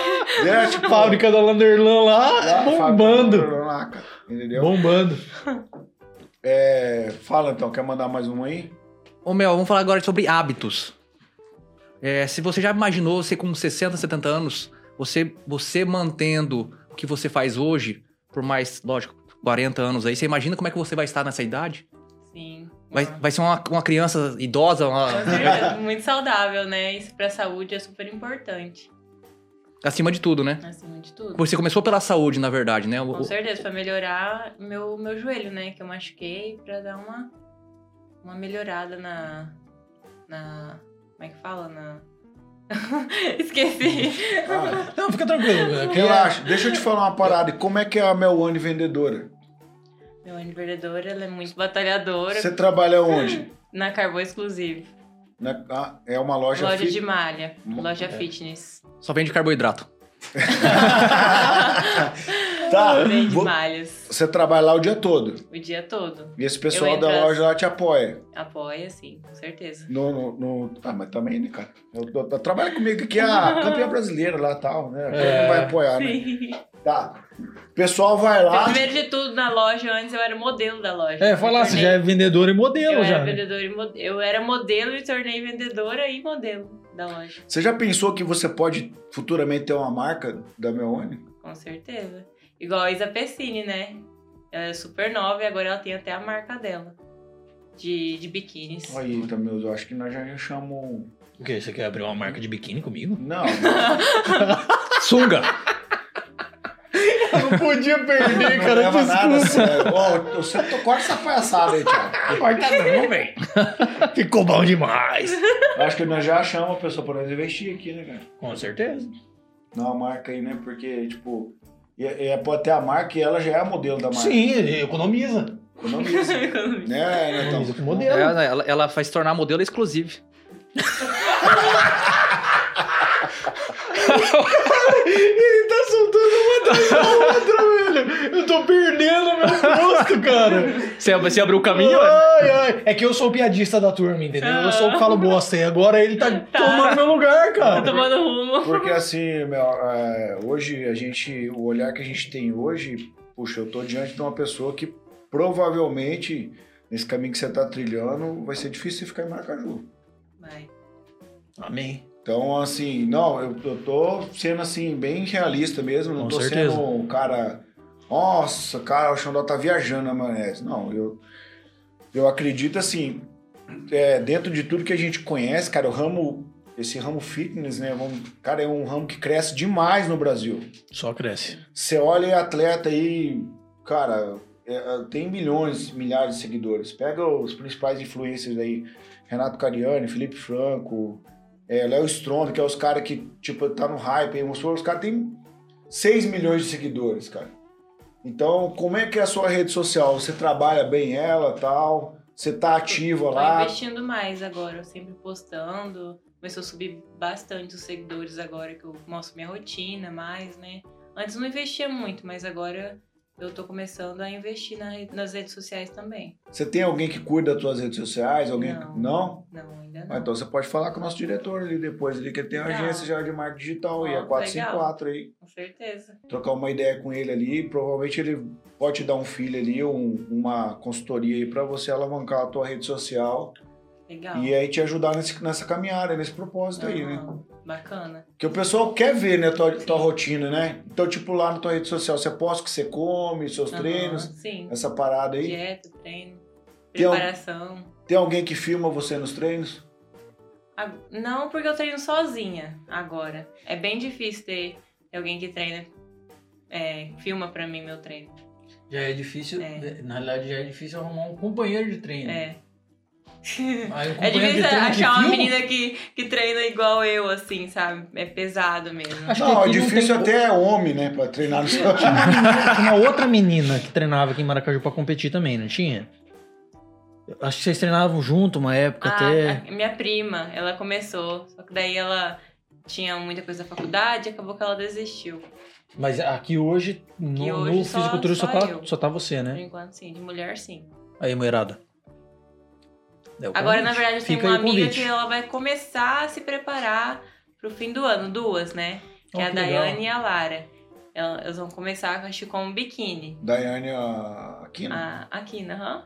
S3: é, tipo,
S2: da Landerlan
S3: lá,
S2: bombando.
S3: Fábrica lá, cara, Entendeu?
S2: Bombando.
S3: É, fala então, quer mandar mais um aí?
S4: Ô Mel, vamos falar agora sobre hábitos. É, se você já imaginou você com 60, 70 anos, você, você mantendo o que você faz hoje, por mais, lógico, 40 anos aí, você imagina como é que você vai estar nessa idade?
S1: Sim.
S4: Vai, vai ser uma, uma criança idosa,
S1: Com
S4: uma-
S1: certeza, Muito saudável, né? Isso pra saúde é super importante.
S4: acima de tudo, né?
S1: Acima de tudo.
S4: Você começou pela saúde, na verdade, né? O-
S1: Com certeza, pra melhorar meu, meu joelho, né? Que eu machuquei, pra dar uma, uma melhorada na, na. Como é que fala? Na. Esqueci.
S3: Ah,
S2: Não, fica tranquilo. cara, que
S3: relaxa, deixa eu te falar uma parada. E Como é que é a Melwane vendedora?
S1: Meu aniversário, ela é muito batalhadora.
S3: Você trabalha onde?
S1: Na Carbo Exclusivo.
S3: Na- ah, é uma loja,
S1: Loja
S3: fit-
S1: de malha.
S3: Mo- é.
S1: Loja fitness.
S4: Só vende carboidrato.
S3: Tá,
S1: Vende
S3: vou-
S1: malhas
S3: você trabalha lá o dia todo.
S1: o dia todo.
S3: E esse pessoal
S1: Eu
S3: da
S1: entro às-
S3: loja lá te apoia.
S1: Apoia, sim, com certeza.
S3: No, no, no- Ah, mas também, né, cara? Eu, eu- eu trabalho comigo aqui, a campeã brasileira lá e tal, né? Quem
S2: É.
S3: não vai apoiar, né?
S1: Sim.
S3: Tá. O pessoal vai lá.
S1: Primeiro de tudo, na loja, antes eu era modelo da loja.
S2: É, falar, você já é vendedor e modelo
S1: eu
S2: já.
S1: Era
S2: né?
S1: vendedora e mo- Eu era modelo e tornei vendedora e modelo da loja,
S3: Você já pensou que você pode futuramente ter uma marca da Melone?
S1: com certeza. Igual a Isa Pessini, né? Ela é super nova e agora ela tem até a marca dela. De, de biquínis.
S3: Olha aí, meu, eu acho que nós já achamos. um-
S2: O quê? Você quer abrir uma marca de biquíni comigo?
S3: Não,
S4: Sunga!
S2: Eu não podia
S3: não, não leva nada sério. Ó, você tô- corta essa palhaçada aí, Thiago.
S2: Corta não, velho. Ficou bom demais.
S3: Eu acho que nós já achamos uma pessoa pra nós investir aqui, né, cara?
S2: Com certeza.
S3: Não, a marca aí, né? Porque, tipo, é, é, pode ter a marca e ela já é a modelo da marca.
S2: Sim, economiza.
S3: Economiza. né,
S2: Economiza
S3: Netão?
S2: com modelo.
S1: É.
S4: Ela, É, ela- ela vai se tornar modelo exclusivo.
S2: Ele tá soltando uma atrás da outra, velho. Eu tô perdendo meu rosto, cara.
S4: Você, você abriu o caminho, velho?
S2: Ai, ai. É que eu sou o piadista da turma, entendeu? Eu sou o que
S1: Ah.
S2: falo bosta. E agora ele tá, tomando meu
S1: Tá
S2: lugar, cara.
S1: tomando rumo.
S3: Porque assim, meu, é, hoje a gente, o olhar que a gente tem hoje, puxa, eu tô diante de uma pessoa que provavelmente nesse caminho que você tá trilhando, vai ser difícil você ficar em Maracaju.
S1: Vai.
S2: Amém.
S3: Então, assim, não, eu, eu tô sendo assim bem realista mesmo, não
S2: Com
S3: tô
S2: certeza.
S3: sendo um cara, nossa, cara, o Xandó tá viajando na maionese. Não, eu eu acredito assim, é, dentro de tudo que a gente conhece, cara, o ramo esse ramo fitness, né? vamos- Cara, é um ramo que cresce demais no Brasil.
S2: Só cresce.
S3: Você olha atleta aí, cara, é, é, tem milhões, milhares de seguidores. Pega os principais influencers aí, Renato Cariani, Felipe Franco, é, Léo Strom, que é os caras que, tipo, tá no hype, aí, vamos supor, os caras têm 6 milhões de seguidores, cara. Então, como é que é a sua rede social? Você trabalha bem ela, tal? Você tá ativa
S1: Tô
S3: lá?
S1: investindo mais agora, eu sempre postando. Começou a subir bastante os seguidores agora que eu mostro minha rotina mais, né? Antes não investia muito, mas agora eu tô começando a investir na re- nas redes sociais também.
S3: Você tem alguém que cuida das suas redes sociais? Alguém?
S1: Não.
S3: Não?
S1: Não, ainda
S3: Ah,
S1: não.
S3: então você pode falar com o nosso diretor ali depois, ali, que ele tem uma
S1: Tá.
S3: agência já de marketing digital e
S1: Ó,
S3: é 454 aí.
S1: Com certeza.
S3: Trocar uma ideia com ele ali, provavelmente ele pode te dar um filho ali, um- uma consultoria aí pra você alavancar a tua rede social
S1: Legal.
S3: e aí te ajudar nesse- nessa caminhada, nesse propósito aí, né?
S1: Tá. Aham, Bacana.
S3: Porque o pessoal quer ver, né, tua, tua rotina, né? Então, tipo, lá na tua rede social, você posta o que você come, seus
S1: Aham, é.
S3: treinos, É
S1: Sim.
S3: essa parada aí.
S1: Dieta, treino,
S3: Tem al-
S1: preparação.
S3: Tem alguém que filma você nos treinos?
S1: Ah, Não, porque eu treino sozinha agora. É bem difícil ter alguém que treina, é, filma pra mim meu treino.
S2: Já é difícil,
S1: É.
S2: na realidade já é difícil arrumar um companheiro de treino.
S1: É.
S2: Aí um
S1: É
S2: companheiro de
S1: difícil
S2: treino que
S1: achar uma
S2: filma,
S1: menina que, que treina igual eu, assim, sabe? É pesado mesmo.
S2: Acho que
S3: não, é
S2: aqui não
S3: difícil
S2: tem-
S3: até homem, né, pra treinar no seu...
S2: Tinha uma outra menina que treinava aqui em Maracaju pra competir também, não tinha? Acho que vocês treinavam junto uma época
S1: Ah,
S2: até.
S1: a minha prima, ela começou, só que daí ela tinha muita coisa da faculdade e acabou que ela desistiu.
S2: Mas aqui hoje, no,
S1: Aqui
S2: no
S1: hoje só-
S2: fisiculturismo, só,
S1: só
S2: tá,
S1: eu.
S2: só tá você,
S1: Por
S2: né? Então,
S1: enquanto, sim, de mulher, sim.
S2: Aí, moerada. É o
S1: Agora,
S2: convite.
S1: na verdade, eu tenho
S2: Fica
S1: uma
S2: aí o
S1: amiga
S2: convite.
S1: que ela vai começar a se preparar pro fim do ano, duas, né? Que é
S2: Ó,
S1: a
S2: que legal.
S1: Daiane e a Lara. Ela- Elas vão começar, acho, que com um biquíni.
S3: Daiane a- Aquino.
S1: A, aqui, né? Aham.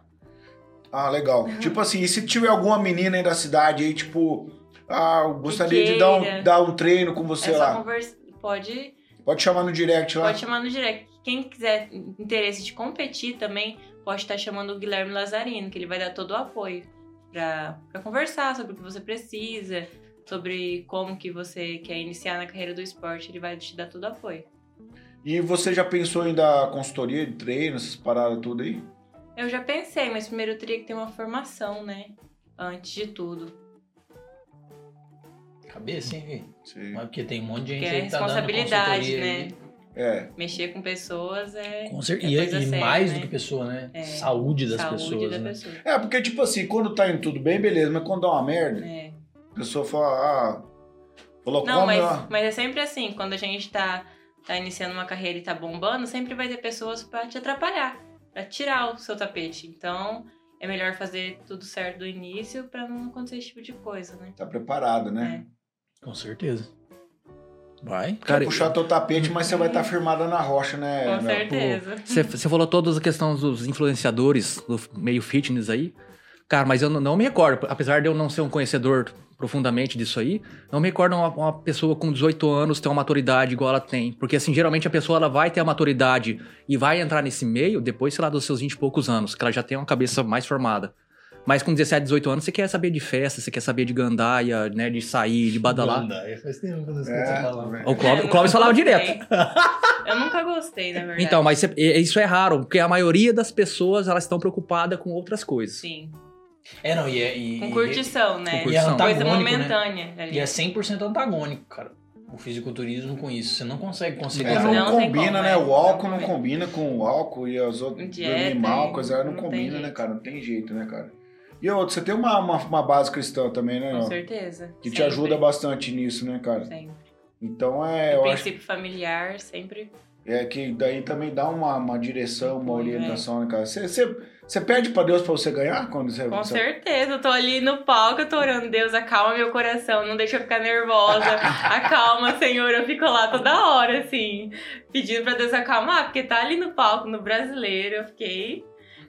S3: Ah, legal. Tipo assim, e se tiver alguma menina aí da cidade aí, tipo, ah, eu gostaria de dar um,
S1: queira.
S3: dar um treino com você
S1: É só
S3: lá.
S1: conversa. Pode
S3: Pode chamar no direct lá.
S1: Pode chamar no direct. Quem quiser interesse de competir também, pode estar chamando o Guilherme Lazarino, que ele vai dar todo o apoio pra pra conversar sobre o que você precisa, sobre como que você quer iniciar na carreira do esporte, ele vai te dar todo o apoio.
S3: E você já pensou em dar consultoria de treino, essas paradas tudo aí?
S1: Eu já pensei, mas primeiro eu teria que ter uma formação, né? Antes de tudo.
S2: cabeça, hein, velho?
S3: Sim.
S2: Mas porque tem um monte de gente
S1: Porque
S2: aí
S1: é
S2: que tá dando
S1: responsabilidade,
S2: consultoria.
S1: né?
S2: aí.
S3: É,
S1: Mexer com pessoas é.
S2: Com cer-
S1: é
S2: e,
S1: coisa
S2: e
S1: séria,
S2: mais
S1: né?
S2: do que pessoa, né?
S1: É.
S2: Saúde das
S1: saúde
S2: pessoas,
S1: da
S2: né?
S1: pessoa.
S3: é porque, tipo assim, quando tá indo tudo bem, beleza, mas quando dá uma merda,
S1: É.
S3: a pessoa fala, ah, colocou
S1: Não,
S3: a
S1: mas,
S3: minha-
S1: mas é sempre assim, quando a gente tá, tá iniciando uma carreira e tá bombando, sempre vai ter pessoas pra te atrapalhar, pra tirar o seu tapete. Então, é melhor fazer tudo certo do início pra não acontecer esse tipo de coisa, né?
S3: Tá preparado, né?
S1: É.
S2: Com certeza. Vai.
S3: Quer puxar teu tapete, mas você vai estar firmada na rocha,
S2: É,
S3: né?
S1: Uhum. Com
S3: Mel?
S1: certeza.
S4: Você você falou todas as questões dos influenciadores do meio fitness aí. Cara, mas eu não- não me recordo, apesar de eu não ser um conhecedor profundamente disso aí, não me recordo uma, uma pessoa com 18 anos ter uma maturidade igual ela tem. Porque, assim, geralmente a pessoa ela vai ter a maturidade e vai entrar nesse meio depois, sei lá, dos seus 20 e poucos anos, que ela já tem uma cabeça mais formada. Mas com 17, 18 anos, você quer saber de festa, você quer saber de gandaia, né, de sair, de badalar.
S2: Gandaia, Faz tempo que eu não escuto
S3: É,
S2: essa palavra.
S4: O
S1: É,
S4: Clóvis,
S1: eu
S4: o Clóvis
S1: nunca
S4: falava direto.
S1: gostei. Eu nunca gostei, na verdade.
S4: Então, mas cê- e- isso é raro, porque a maioria das pessoas elas estão preocupadas com outras coisas.
S1: Sim.
S2: É, não, e é. E,
S1: Com curtição, né?
S4: com
S2: e é
S4: curtição.
S1: Coisa
S2: antagônico, né?
S1: momentânea. ali.
S2: E é 100% antagônico, cara. O fisiculturismo com isso. Você não consegue
S3: É,
S2: conciliar.
S3: não,
S1: Não, tem
S3: combina,
S1: como,
S3: né?
S1: é.
S3: O álcool não combina com o álcool e as outras
S1: Dieta,
S3: dormir mal,
S1: é.
S3: coisa não,
S1: Não tem
S3: combina, né,
S1: jeito.
S3: cara? Não tem jeito, né, cara? E outro, você tem uma, uma, uma base cristã também, né?
S1: Com
S3: Léo?
S1: certeza.
S3: Que te
S1: Sempre.
S3: ajuda bastante nisso, né, cara?
S1: Sempre.
S3: Então é,
S1: o
S3: eu acho
S1: princípio familiar sempre.
S3: é que daí também dá uma, uma direção, uma
S1: Apoio,
S3: orientação, né, cara? Você, você, você pede pra Deus pra você ganhar quando você.
S1: é. Com
S3: você-
S1: certeza, eu tô ali no palco, eu tô orando, Deus, acalma meu coração, não deixa eu ficar nervosa, acalma, Senhor, eu fico lá toda hora, assim, pedindo pra Deus acalmar, porque tá ali no palco, no brasileiro, eu fiquei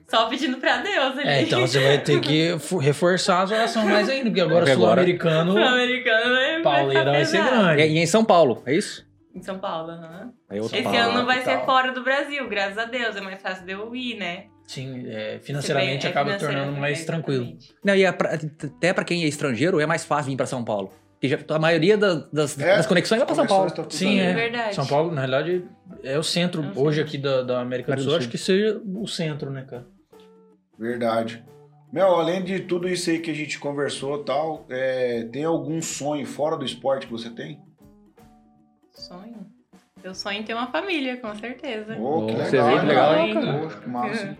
S1: só pedindo pra Deus ali.
S2: É, então você vai ter que fu- reforçar as orações mais ainda, porque agora
S4: Porque agora-
S2: sul-americano,
S1: O americano vai,
S2: pauleira
S1: ficar
S2: vai ser
S1: pesado.
S4: E,
S2: grande.
S4: e em São Paulo, é isso?
S1: Em São Paulo, aham.
S4: É outro
S2: São
S1: Esse
S4: papo.
S1: ano não vai
S2: e
S1: ser
S2: tal.
S1: fora do Brasil, graças a Deus, é mais fácil de eu ir, né?
S2: Sim, é, financeiramente acaba
S1: é
S2: tornando mais tranquilo.
S4: Não, e é pra- até pra quem é estrangeiro é mais fácil vir pra São Paulo. Porque já- a maioria da- das,
S3: É,
S4: das conexões vai pra São Paulo.
S3: Tá tudo
S2: Sim,
S3: ali.
S1: É
S2: é.
S1: verdade.
S2: São Paulo, na realidade, é o centro
S1: É o centro.
S2: hoje aqui da, da América do
S4: América do
S2: Sul. Acho
S4: Sul.
S2: que seja o centro, né, cara?
S3: Verdade. Mel, além de tudo isso aí que a gente conversou e tal, é, tem algum sonho fora do esporte que você tem?
S1: Sonho? Eu sonho em ter uma família, com certeza.
S3: Oh, que
S2: Bom,
S3: legal,
S2: você vê que
S3: hein,
S2: legal,
S3: cara?
S2: hein, cara?
S3: Poxa, que massa. hein?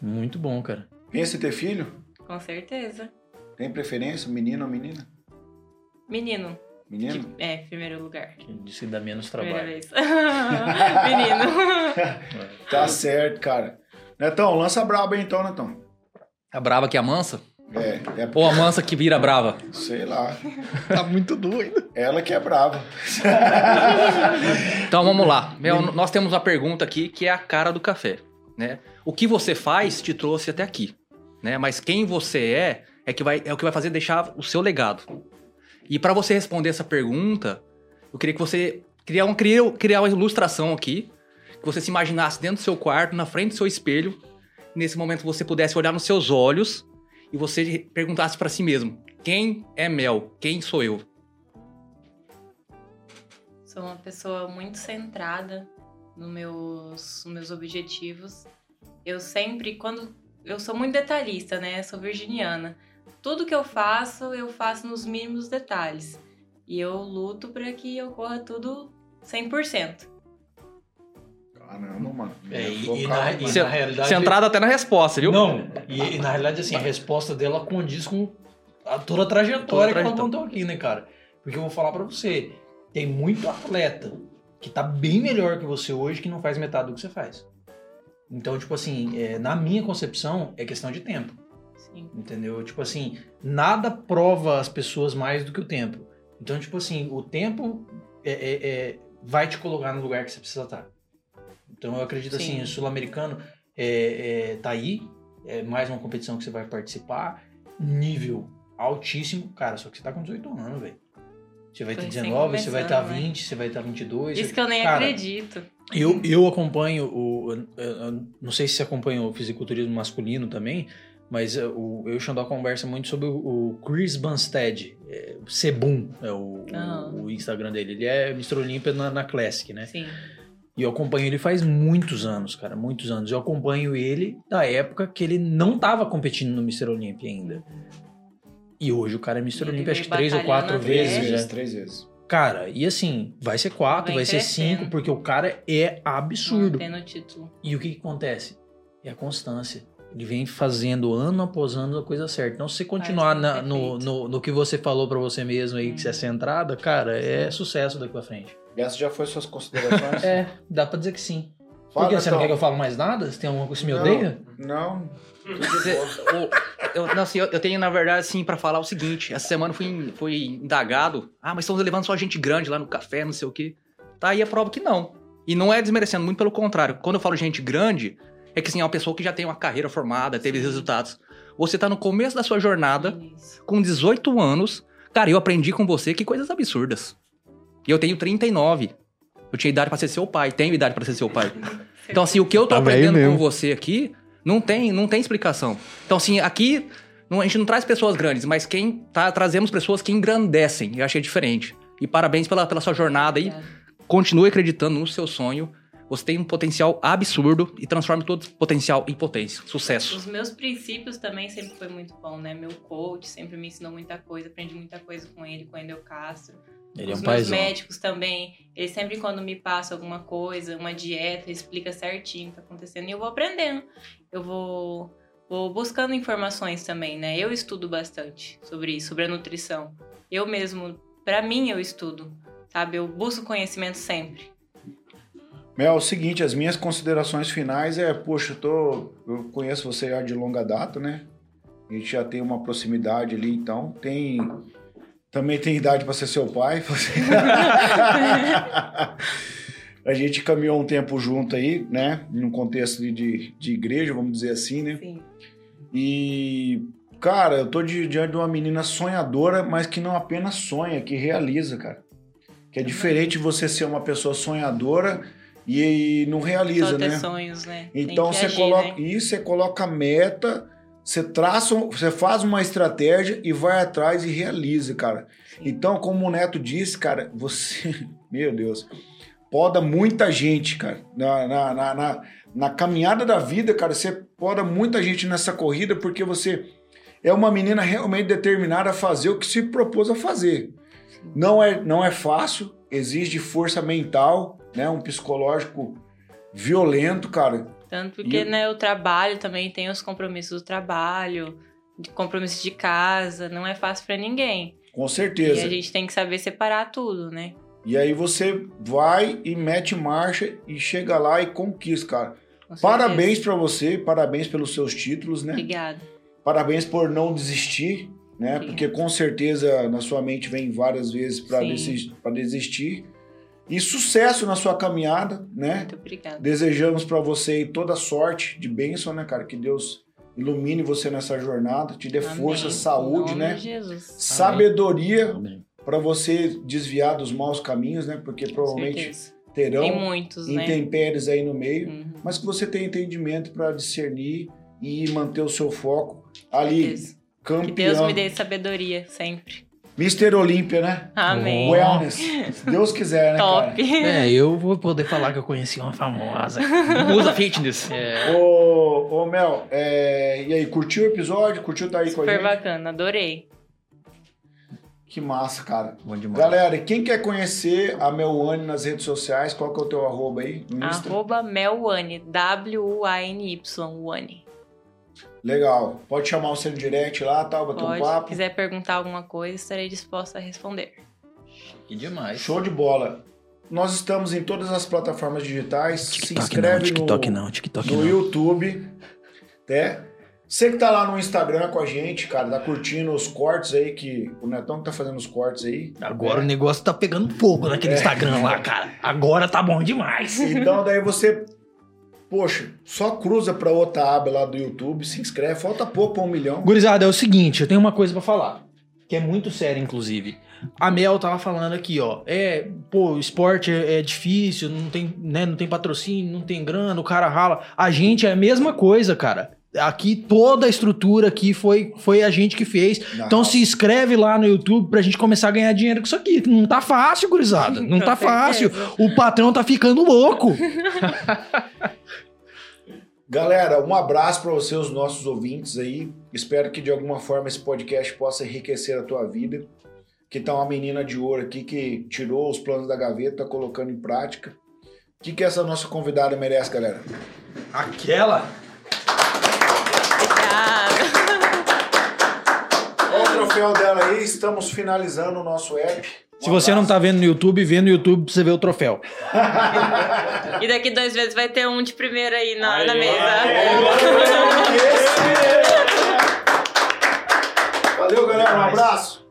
S2: Muito bom, cara.
S3: Pensa em ter filho?
S1: Com certeza.
S3: Tem preferência, menino ou menina?
S1: Menino,
S3: Menino?
S1: de- é, primeiro lugar.
S2: Ele disse que dá menos
S1: Primeira
S2: trabalho.
S1: vez. Menino.
S3: Tá certo, cara. Netão, lança braba aí então, Netão.
S4: A brava que amansa?
S3: É, é
S4: Ou a mansa que vira brava?
S3: sei lá.
S2: tá muito doido.
S3: Ela que é brava.
S4: Então vamos lá. Mel, nós temos uma pergunta aqui que é a cara do café, né? O que você faz te trouxe até aqui, né? Mas quem você é é que vai é o que vai fazer deixar o seu legado. E para você responder essa pergunta, eu queria que você criar um criar, criar uma ilustração aqui, que você se imaginasse dentro do seu quarto, na frente do seu espelho, nesse momento você pudesse olhar nos seus olhos e você perguntasse para si mesmo: quem é Mel? Quem sou eu?
S1: Sou uma pessoa muito centrada nos meus, nos meus objetivos. Eu sempre, quando. Eu sou muito detalhista, né? Sou virginiana. Tudo que eu faço, eu faço nos mínimos detalhes. E eu luto para que ocorra tudo 100%.
S3: Caramba, mano.
S2: É, e, e na,
S3: Focado,
S2: e
S3: mano.
S4: Cê-
S2: na realidade.
S4: Centrado até na resposta, viu?
S2: Não, e, e na realidade, assim, a resposta dela condiz com a toda a trajetória
S4: Toda a
S2: que nós contamos aqui, né, cara? Porque eu vou falar pra você, tem muito atleta que tá bem melhor que você hoje que não faz metade do que você faz. Então, tipo assim, é, na minha concepção, é questão de tempo.
S1: Sim.
S2: Entendeu? Tipo assim, nada prova as pessoas mais do que o tempo. Então, tipo assim, o tempo é, é- é- vai te colocar no lugar que você precisa estar. Então, eu acredito
S1: Sim.
S2: assim, o sul-americano é, é, tá aí, é mais uma competição que você vai participar, nível altíssimo. Cara, só que você tá com 18 anos, velho. Você vai ter
S1: Tô recém
S2: 19, você vai estar
S1: começando, né?
S2: 20, você vai tá estar 22.
S1: Isso
S2: você-
S1: que eu nem
S2: Cara,
S1: acredito.
S2: eu, eu acompanho o. eu- eu não sei se você acompanha o fisiculturismo masculino também, mas é, o, eu e o Xandó conversa muito sobre o, o Chris Banstead, é, o Sebum, é o,
S1: Ah.
S2: o, o Instagram dele. Ele é Mr. Olímpia na, na Classic, né?
S1: Sim.
S2: E eu acompanho ele faz muitos anos, cara, muitos anos. Eu acompanho ele da época que ele não tava competindo no Mr. Olympia ainda. E hoje o cara é Mr.
S1: Ele
S2: Olympia, acho que
S1: veio
S2: três ou
S1: batalhando
S2: quatro
S1: até-
S2: vezes. né?
S3: três vezes.
S2: Cara, e assim, vai ser quatro, vai,
S1: Vai
S2: ser
S1: crescendo.
S2: cinco, porque o cara é absurdo.
S1: Mantendo o título.
S2: E o que, que acontece? É a constância. Ele vem fazendo ano após ano a coisa certa. Então, se você continuar
S1: sendo
S2: na- no,
S1: perfeito.
S2: no, no que você falou pra você mesmo aí, que você é centrada, cara, é sucesso daqui pra frente.
S3: Essa já foi suas considerações?
S2: É, dá pra dizer que sim.
S3: Fala,
S2: Por que você não
S3: então.
S2: quer que eu fale mais nada? Você tem alguma coisa que você me
S3: Não.
S2: odeia?
S3: Não.
S4: Cê- o- eu, não, assim, eu, eu tenho, na verdade, assim, pra falar o seguinte. Essa semana eu fui, in- fui indagado. Ah, mas estamos levando só gente grande lá no café, não sei o quê. Tá aí a prova que não. E não é desmerecendo, muito pelo contrário. Quando eu falo gente grande, é que assim, é uma pessoa que já tem uma carreira formada, teve resultados. Você tá no começo da sua jornada,
S1: Isso.
S4: com 18 anos. Cara, eu aprendi com você que coisas absurdas. E eu tenho 39. Eu tinha idade pra ser seu pai, tenho idade pra ser seu pai. Então, assim, o que eu tô
S6: Tá velho
S4: aprendendo com
S6: mesmo.
S4: você aqui não tem, não tem explicação. Então, assim, aqui não- a gente não traz pessoas grandes, mas quem tá, trazemos pessoas que engrandecem. Eu achei diferente. E parabéns pela, pela sua jornada aí.
S1: Obrigada.
S4: Continue acreditando no seu sonho. Você tem um potencial absurdo e transforme todo esse potencial em potência. Sucesso.
S1: Os meus princípios também sempre foi muito bom, né? Meu coach sempre me ensinou muita coisa, aprendi muita coisa com ele, com o Endel Castro.
S2: Ele é
S1: Os meus
S2: um paizão.
S1: médicos também, eles sempre quando me passam alguma coisa, uma dieta, explica certinho o que tá acontecendo e eu vou aprendendo. Eu vou, vou buscando informações também, né? Eu estudo bastante sobre isso, sobre a nutrição. Eu mesmo, pra mim, eu estudo, sabe? Eu busco conhecimento sempre.
S3: Mel, é o seguinte, as minhas considerações finais é, poxa, eu tô. Eu conheço você já de longa data, né? A gente já tem uma proximidade ali, então. Tem. Também tem idade para ser seu pai. A gente caminhou um tempo junto aí, né? Num contexto de, de, de igreja, vamos dizer assim, né?
S1: Sim.
S3: E, cara, eu tô di- diante de uma menina sonhadora, mas que não apenas sonha, que realiza, cara. Que é
S1: Uhum.
S3: diferente você ser uma pessoa sonhadora e, e não realiza,
S1: Só ter
S3: né?
S1: sonhos, né? Tem
S3: Então
S1: que
S3: você
S1: agir,
S3: coloca
S1: né?
S3: isso, você coloca meta, você traça, um- você faz uma estratégia e vai atrás e realiza, cara. Então, como o Neto disse, cara, você, meu Deus, poda muita gente, cara. Na, na, na, na- na caminhada da vida, cara, você poda muita gente nessa corrida porque você é uma menina realmente determinada a fazer o que se propôs a fazer. Não é, não é fácil, exige força mental, né? Um psicológico violento, cara.
S1: Tanto porque,
S3: E-
S1: né, o trabalho também tem os compromissos do trabalho, de compromissos de casa, não é fácil pra ninguém.
S3: Com
S1: E
S3: certeza.
S1: a gente tem que saber separar tudo, né?
S3: E aí você vai e mete marcha e chega lá e conquista, cara.
S1: Com certeza.
S3: Parabéns né? pra você, parabéns pelos seus títulos, né?
S1: Obrigada.
S3: Parabéns por não desistir, né?
S1: Obrigada.
S3: Porque com certeza na sua mente vem várias vezes pra
S1: Sim.
S3: desistir, pra desistir. E sucesso na sua caminhada, né?
S1: Muito obrigada.
S3: Desejamos pra você aí toda sorte de bênção, né, cara? Que Deus ilumine você nessa jornada, te dê
S1: Amém.
S3: força,
S1: Em
S3: saúde,
S1: nome
S3: né?
S1: de Jesus.
S3: Sabedoria
S2: Amém.
S3: pra você desviar dos maus caminhos, né? Porque provavelmente
S1: Certeza. Tem
S3: terão
S1: muitos, né?
S3: intempéries aí no meio,
S1: Uhum.
S3: mas que você tem entendimento para discernir e manter o seu foco ali,
S1: Certeza. Que Deus
S3: campeão.
S1: me dê sabedoria sempre.
S3: Mr. Olímpia, né?
S1: Amém.
S2: Ué,
S3: Wellness. Se Deus quiser, né,
S1: Top.
S2: É, eu vou poder falar que eu conheci uma famosa. É.
S4: Usa fitness.
S3: cara? Ô, ô Mel, é, e aí, curtiu o episódio? Curtiu tá aí com a
S1: Super
S3: gente?
S1: bacana, adorei.
S3: Que massa, cara.
S4: Bom demais.
S3: Galera, e quem quer conhecer a Melwane nas redes sociais, qual que é o teu arroba aí? No Insta?
S1: Arroba Melwane, W-U-A-N-Y, Wane.
S3: Legal. Pode chamar você no direct lá, tal, bater um
S1: Pode,
S3: papo.
S1: se quiser perguntar alguma coisa, estarei disposta a responder.
S2: Que demais.
S3: Show de bola. Nós estamos em todas as plataformas digitais.
S2: TikTok
S3: Se inscreve
S2: não, TikTok
S3: no,
S2: não, TikTok
S3: no
S2: não.
S3: YouTube, né? Você que tá lá no Instagram com a gente, cara, tá curtindo os cortes aí, que o Netão que tá fazendo os cortes aí.
S2: Agora o negócio tá pegando fogo
S3: É.
S2: naquele Instagram lá, cara. Agora tá bom demais.
S3: Então daí você, poxa, só cruza pra outra aba lá do YouTube, se inscreve, falta pouco pra um milhão.
S2: Gurizada, é o seguinte, eu tenho uma coisa pra falar, que é muito séria, inclusive. A Mel tava falando aqui, ó, é, pô, o esporte é, é difícil, não tem, né, não tem patrocínio, não tem grana, o cara rala. A gente é a mesma coisa, cara. Aqui toda a estrutura aqui foi foi a gente que fez. Então se inscreve lá no YouTube pra gente começar a ganhar dinheiro com isso aqui. Não tá fácil, gurizada. Não
S1: Com
S2: tá fácil.
S1: certeza.
S2: O patrão tá ficando louco.
S3: Galera, um abraço para você, os nossos ouvintes aí. Espero que de alguma forma esse podcast possa enriquecer a tua vida. Que tá uma menina de ouro aqui que tirou os planos da gaveta, tá colocando em prática. O que, que essa nossa convidada merece, galera?
S2: Aquela?
S1: Obrigada.
S3: Olha o troféu dela aí, estamos finalizando o nosso app.
S2: Se você não tá vendo no YouTube, vê no YouTube pra você ver o troféu.
S1: E daqui dois meses vai ter um de primeiro aí na,
S5: Aí,
S1: na mesa.
S3: Valeu, galera. Um abraço.